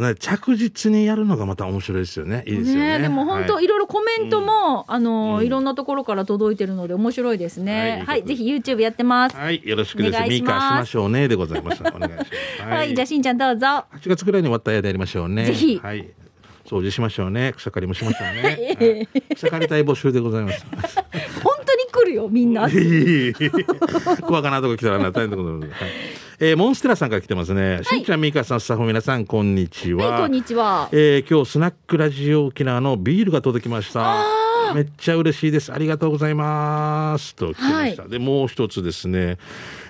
Speaker 2: ね、着実にやるのがまた面白いですよね。いいですよね。
Speaker 1: ねでも本当
Speaker 2: はい
Speaker 1: いろいろコメントも、あの、
Speaker 2: うん
Speaker 1: いろんなところから届いてるので面白いですね。は、
Speaker 2: はいい
Speaker 1: ぜひ YouTube やってます。
Speaker 2: はい、よろしくです。
Speaker 1: お願いし
Speaker 2: ミカ
Speaker 1: ます
Speaker 2: しましょうねでございました。お願いします。
Speaker 1: はい、じゃあしんちゃんどうぞ。
Speaker 2: 8月ぐらいに終わったらやりましょうね。
Speaker 1: ぜひ
Speaker 2: はい。掃除しましょうね。草刈りもしましょう ね。はい草刈り大募集でございます。
Speaker 1: 本当に来るよみんな。
Speaker 2: いいいいいい 怖かなとか来たらな大変なことになる。はいえーモンステラさんから来てますね。しんちゃん、ミカさん、スタッフの皆さん、こんにちは。
Speaker 1: はい、こんにちは。
Speaker 2: えー今日スナックラジオ沖縄のビールが届きましためっちゃ嬉しいですありがとうございますと来てました、でもう一つですね、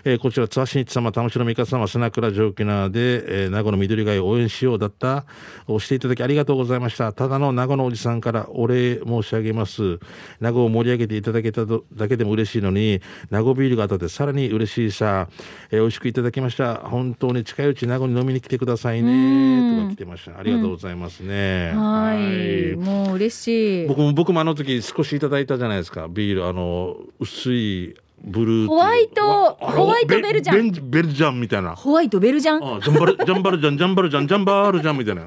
Speaker 2: えーこちら津波真一様玉城美香様スナックラジオ沖縄で、えー名護の緑街を応援しようだったをしていただきありがとうございましたただの名護のおじさんからお礼申し上げます名護を盛り上げていただけたとだけでも嬉しいのに名護ビールが当たってさらに嬉しいさ、えー美味しくいただきました本当に近いうち名護に飲みに来てくださいねとか来てましたありがとうございますね、
Speaker 1: はい、
Speaker 2: は
Speaker 1: もう嬉しい。
Speaker 2: 僕も僕もあの時少しいただいたじゃないですかビールあの薄いブルーっていう
Speaker 1: ホワイト
Speaker 2: ああ
Speaker 1: ホワイトベルジャン
Speaker 2: ベベルジャンみたいなあ
Speaker 1: ホワイトベルジャン。
Speaker 2: ジャンバルジ ャンバルジャンジャンバルジャンジャンバールジャンみたいな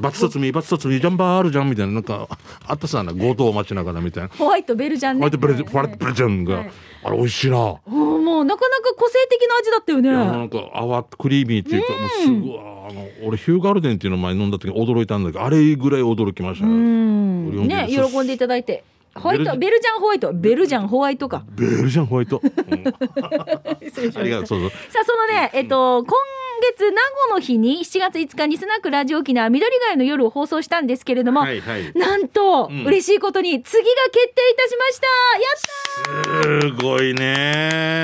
Speaker 2: バツサツミバツサツミジャンバールジャンみたいななんかあったさな強盗を待ちながらみたいな
Speaker 1: ホワイトベルジャン
Speaker 2: ホ
Speaker 1: ね。
Speaker 2: ワイトベルジャンホワイトベルジャンがあれ美味しいな
Speaker 1: おーもうなかなか個性的な味だったよ
Speaker 2: いやもう
Speaker 1: ね。
Speaker 2: なんか泡クリーミーっていうか、もうすごいあの俺ヒューガルデンっていうの前飲んだ時驚いたんだけどあれぐらい驚きました
Speaker 1: う
Speaker 2: ね、
Speaker 1: ん、ね、
Speaker 2: そ
Speaker 1: 喜んでいただいて。ホワイト、
Speaker 2: ベ
Speaker 1: ベルジャンホワイト、ベルジャンホワイトか。
Speaker 2: ベルジャンホワイト、うん
Speaker 1: 失礼しまし
Speaker 2: ありがと
Speaker 1: た
Speaker 2: うそうそう
Speaker 1: さあ、そのね、えっと、今月、名護の日に、7月5日にスナックラジオ沖縄緑街の夜を放送したんですけれども、
Speaker 2: はいはい
Speaker 1: なんと、
Speaker 2: うん
Speaker 1: 嬉しいことに、次が決定いたしましたや
Speaker 2: すごいね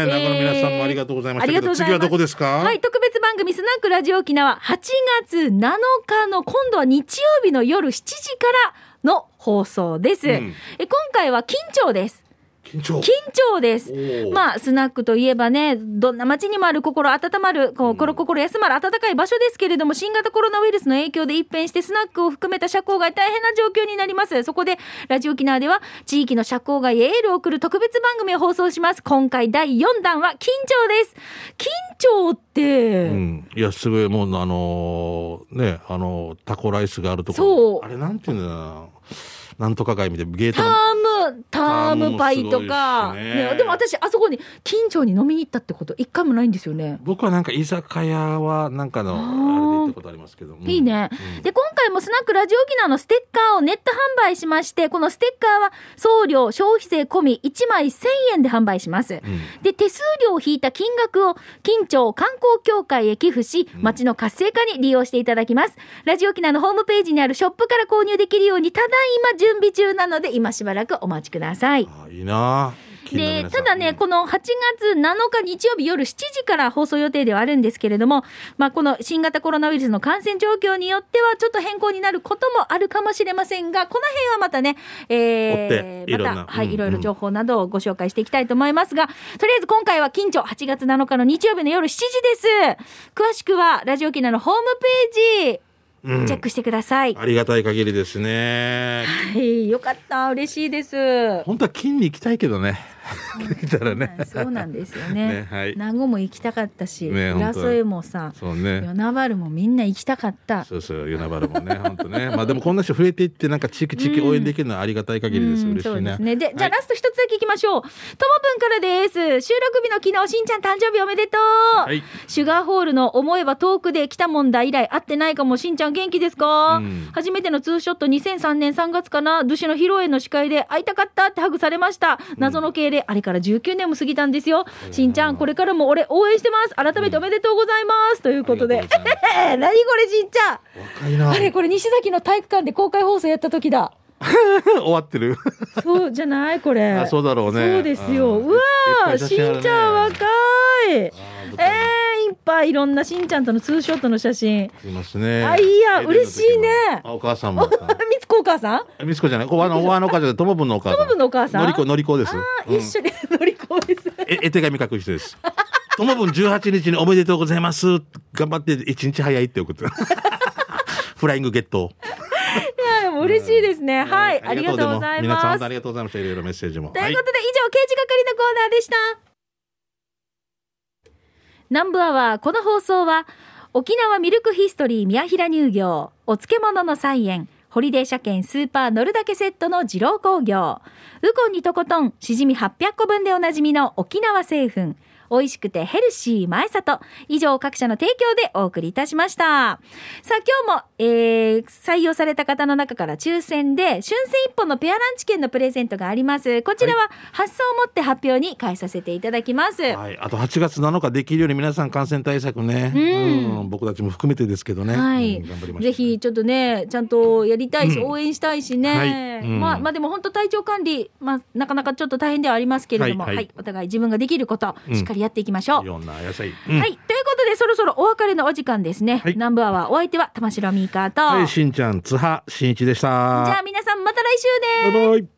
Speaker 1: ったー
Speaker 2: 中の皆さんもありがとうございましたけど、
Speaker 1: ありがとうございま
Speaker 2: 次
Speaker 1: す
Speaker 2: はどこですか
Speaker 1: はい、特別番組スナックラジオ沖縄、8月7日の、今度は日曜日の夜7時からの放送です。
Speaker 2: うん
Speaker 1: え今回は緊張です。
Speaker 2: 緊張
Speaker 1: 緊張です。
Speaker 2: おー
Speaker 1: まあ、スナックといえばね、どんな街にもある心温まる、こう、この心休まる暖かい場所ですけれども、新型コロナウイルスの影響で一変して、スナックを含めた社交外大変な状況になります。そこで、ラジオ沖縄では、地域の社交外へエールを送る特別番組を放送します。今回第4弾は、緊張です。緊張って、
Speaker 2: うん、いやすごいもうあのーねあのータコライスがあるとこ
Speaker 1: そう
Speaker 2: あれなんていうんだろうななんとか街みたいなゲー
Speaker 1: タ
Speaker 2: トの
Speaker 1: ーム、タームパイとか、
Speaker 2: タームもすごいしね
Speaker 1: ねでも私、あそこに、緊張に飲みに行ったってこと、一回もないんですよね。
Speaker 2: 僕はなんか居酒屋はなんかの
Speaker 1: あ
Speaker 2: あれ
Speaker 1: ー
Speaker 2: で行ったことありますけど、うん
Speaker 1: いいね。
Speaker 2: うん
Speaker 1: で、今回もスナックラジオ沖縄のステッカーをネット販売しまして、このステッカーは送料、消費税込み1枚1000円で販売します。
Speaker 2: うん
Speaker 1: で、手数料を引いた金額を、金町観光協会へ寄付し、町の活性化に利用していただきます。ラジオ沖縄のホームページにあるショップから購入できるように、ただいま準備中なので、今しばらくお待ちください。
Speaker 2: あーいいな近所の
Speaker 1: で
Speaker 2: 皆さ
Speaker 1: た
Speaker 2: ん
Speaker 1: だね、この8月7日日曜日夜7時から放送予定ではあるんですけれども、まあ、この新型コロナウイルスの感染状況によっては、ちょっと変更になることもあるかもしれませんが、この辺はまたね、
Speaker 2: 追
Speaker 1: え
Speaker 2: ってい
Speaker 1: ー、
Speaker 2: ろんな
Speaker 1: また、は
Speaker 2: うん
Speaker 1: い、
Speaker 2: うん
Speaker 1: いろいろ情報などをご紹介していきたいと思いますが、とりあえず今回は近所8月7日の日曜日の夜7時です。詳しくは、ラジオ沖縄のホームページ、チェックしてください。
Speaker 2: ありがたい限りですね
Speaker 1: はい、よかった、嬉しいです。
Speaker 2: 本当は金に行きたいけどね 来たらね
Speaker 1: そうなんですよね。
Speaker 2: ねはい
Speaker 1: 名護も行きたかったし、
Speaker 2: ね
Speaker 1: 浦添もさ、
Speaker 2: そうね
Speaker 1: 与那原もみんな行きたかった。
Speaker 2: そうそう、与那原もね、本当ね。まあでもこんな人増えていって、なんか地域地域応援できるのはありがたい限りです。
Speaker 1: うん
Speaker 2: 嬉し
Speaker 1: そう
Speaker 2: い
Speaker 1: で
Speaker 2: ね
Speaker 1: す。ね。で、じゃあ
Speaker 2: はい
Speaker 1: ラスト一つだけ行きましょう。ともぶんからです。収録日の昨日、しんちゃん誕生日おめでとう。
Speaker 2: はい
Speaker 1: シュガーホールの思えば遠くで来た問題以来会ってないかも。しんちゃん元気ですか、
Speaker 2: うん
Speaker 1: 初めてのツーショット2003年3月かな。ドゥシの披露宴の司会で会いたかったってハグされました。謎の敬礼、あれから19年も過ぎたんですよ。しんちゃん、これからも俺応援してます。改めておめでとうございます。ということで。
Speaker 2: ありがとうござい
Speaker 1: え ー、何これしんちゃん
Speaker 2: 若いな。
Speaker 1: あれこれ西崎の体育館で公開放送やった時だ
Speaker 2: 終わってる。
Speaker 1: そうじゃないこれ
Speaker 2: あ、そうだろうね。
Speaker 1: そうですよ
Speaker 2: ん
Speaker 1: うわ
Speaker 2: いっぱい
Speaker 1: ー
Speaker 2: 写
Speaker 1: し
Speaker 2: 真あるね
Speaker 1: んちゃん若いえ
Speaker 2: あー
Speaker 1: ー、いっぱいいろんなしんちゃんとのツーショットの写真
Speaker 2: いますね。
Speaker 1: あいいや
Speaker 2: エレンの時も
Speaker 1: 嬉しいね
Speaker 2: あお母さんも。
Speaker 1: みつこお母さん
Speaker 2: みつこじゃない。おわの、おわのお母さん、ともぶんのお母さん。
Speaker 1: ともぶんのお母さん
Speaker 2: のりこ、のりこです。
Speaker 1: あー、
Speaker 2: うん
Speaker 1: 一緒に乗り越えです
Speaker 2: え、絵手紙書く人です。 ともぶん18日におめでとうございます。頑張って、1日早いって送って。フライングゲット。
Speaker 1: いやもう嬉しいですね。
Speaker 2: ね
Speaker 1: はい、ありがとうござい
Speaker 2: 皆さ
Speaker 1: ます。
Speaker 2: ん本当ありがとうございました。いろいろメッセージも。
Speaker 1: と
Speaker 2: はいいう
Speaker 1: ことで、以上、刑事係のコーナーでした。南部アワー、この放送は、沖縄ミルクヒストリー宮平乳業、お漬物の菜園、ホリデー車検スーパー乗るだけセットの二郎工業、ウコンにとことん、しじみ800個分でおなじみの沖縄製粉、美味しくてヘルシー前里、以上各社の提供でお送りいたしました。さあ今日も、えー採用された方の中から抽選で、春戦一本のペアランチ券のプレゼントがあります。こちらは発送をもって発表に変えさせていただきます。
Speaker 2: はい、あと8月7日できるように皆さん感染対策ね、
Speaker 1: うん
Speaker 2: うん僕たちも含めてですけどね、
Speaker 1: はい、
Speaker 2: うん頑張りましょ
Speaker 1: ぜ
Speaker 2: う
Speaker 1: ひちょっとね、ちゃんとやりたいし、応援したいしね、
Speaker 2: はいうん
Speaker 1: まあ、まあ、でも本当、体調管理、まあ、なかなかちょっと大変ではありますけれども、は
Speaker 2: はいいはい
Speaker 1: お互い自分ができること、
Speaker 2: うん
Speaker 1: しっかりやっていきましょう。
Speaker 2: いろんな野菜、うん
Speaker 1: はい、ということで、そろそろお別れのお時間ですね。
Speaker 2: はい
Speaker 1: 南部アワー、お相手は玉城ミーカーと、
Speaker 2: はい、
Speaker 1: じ
Speaker 2: しんちゃん津波しんいちでした
Speaker 1: ゃあ皆さんまた来週です
Speaker 2: バイバイ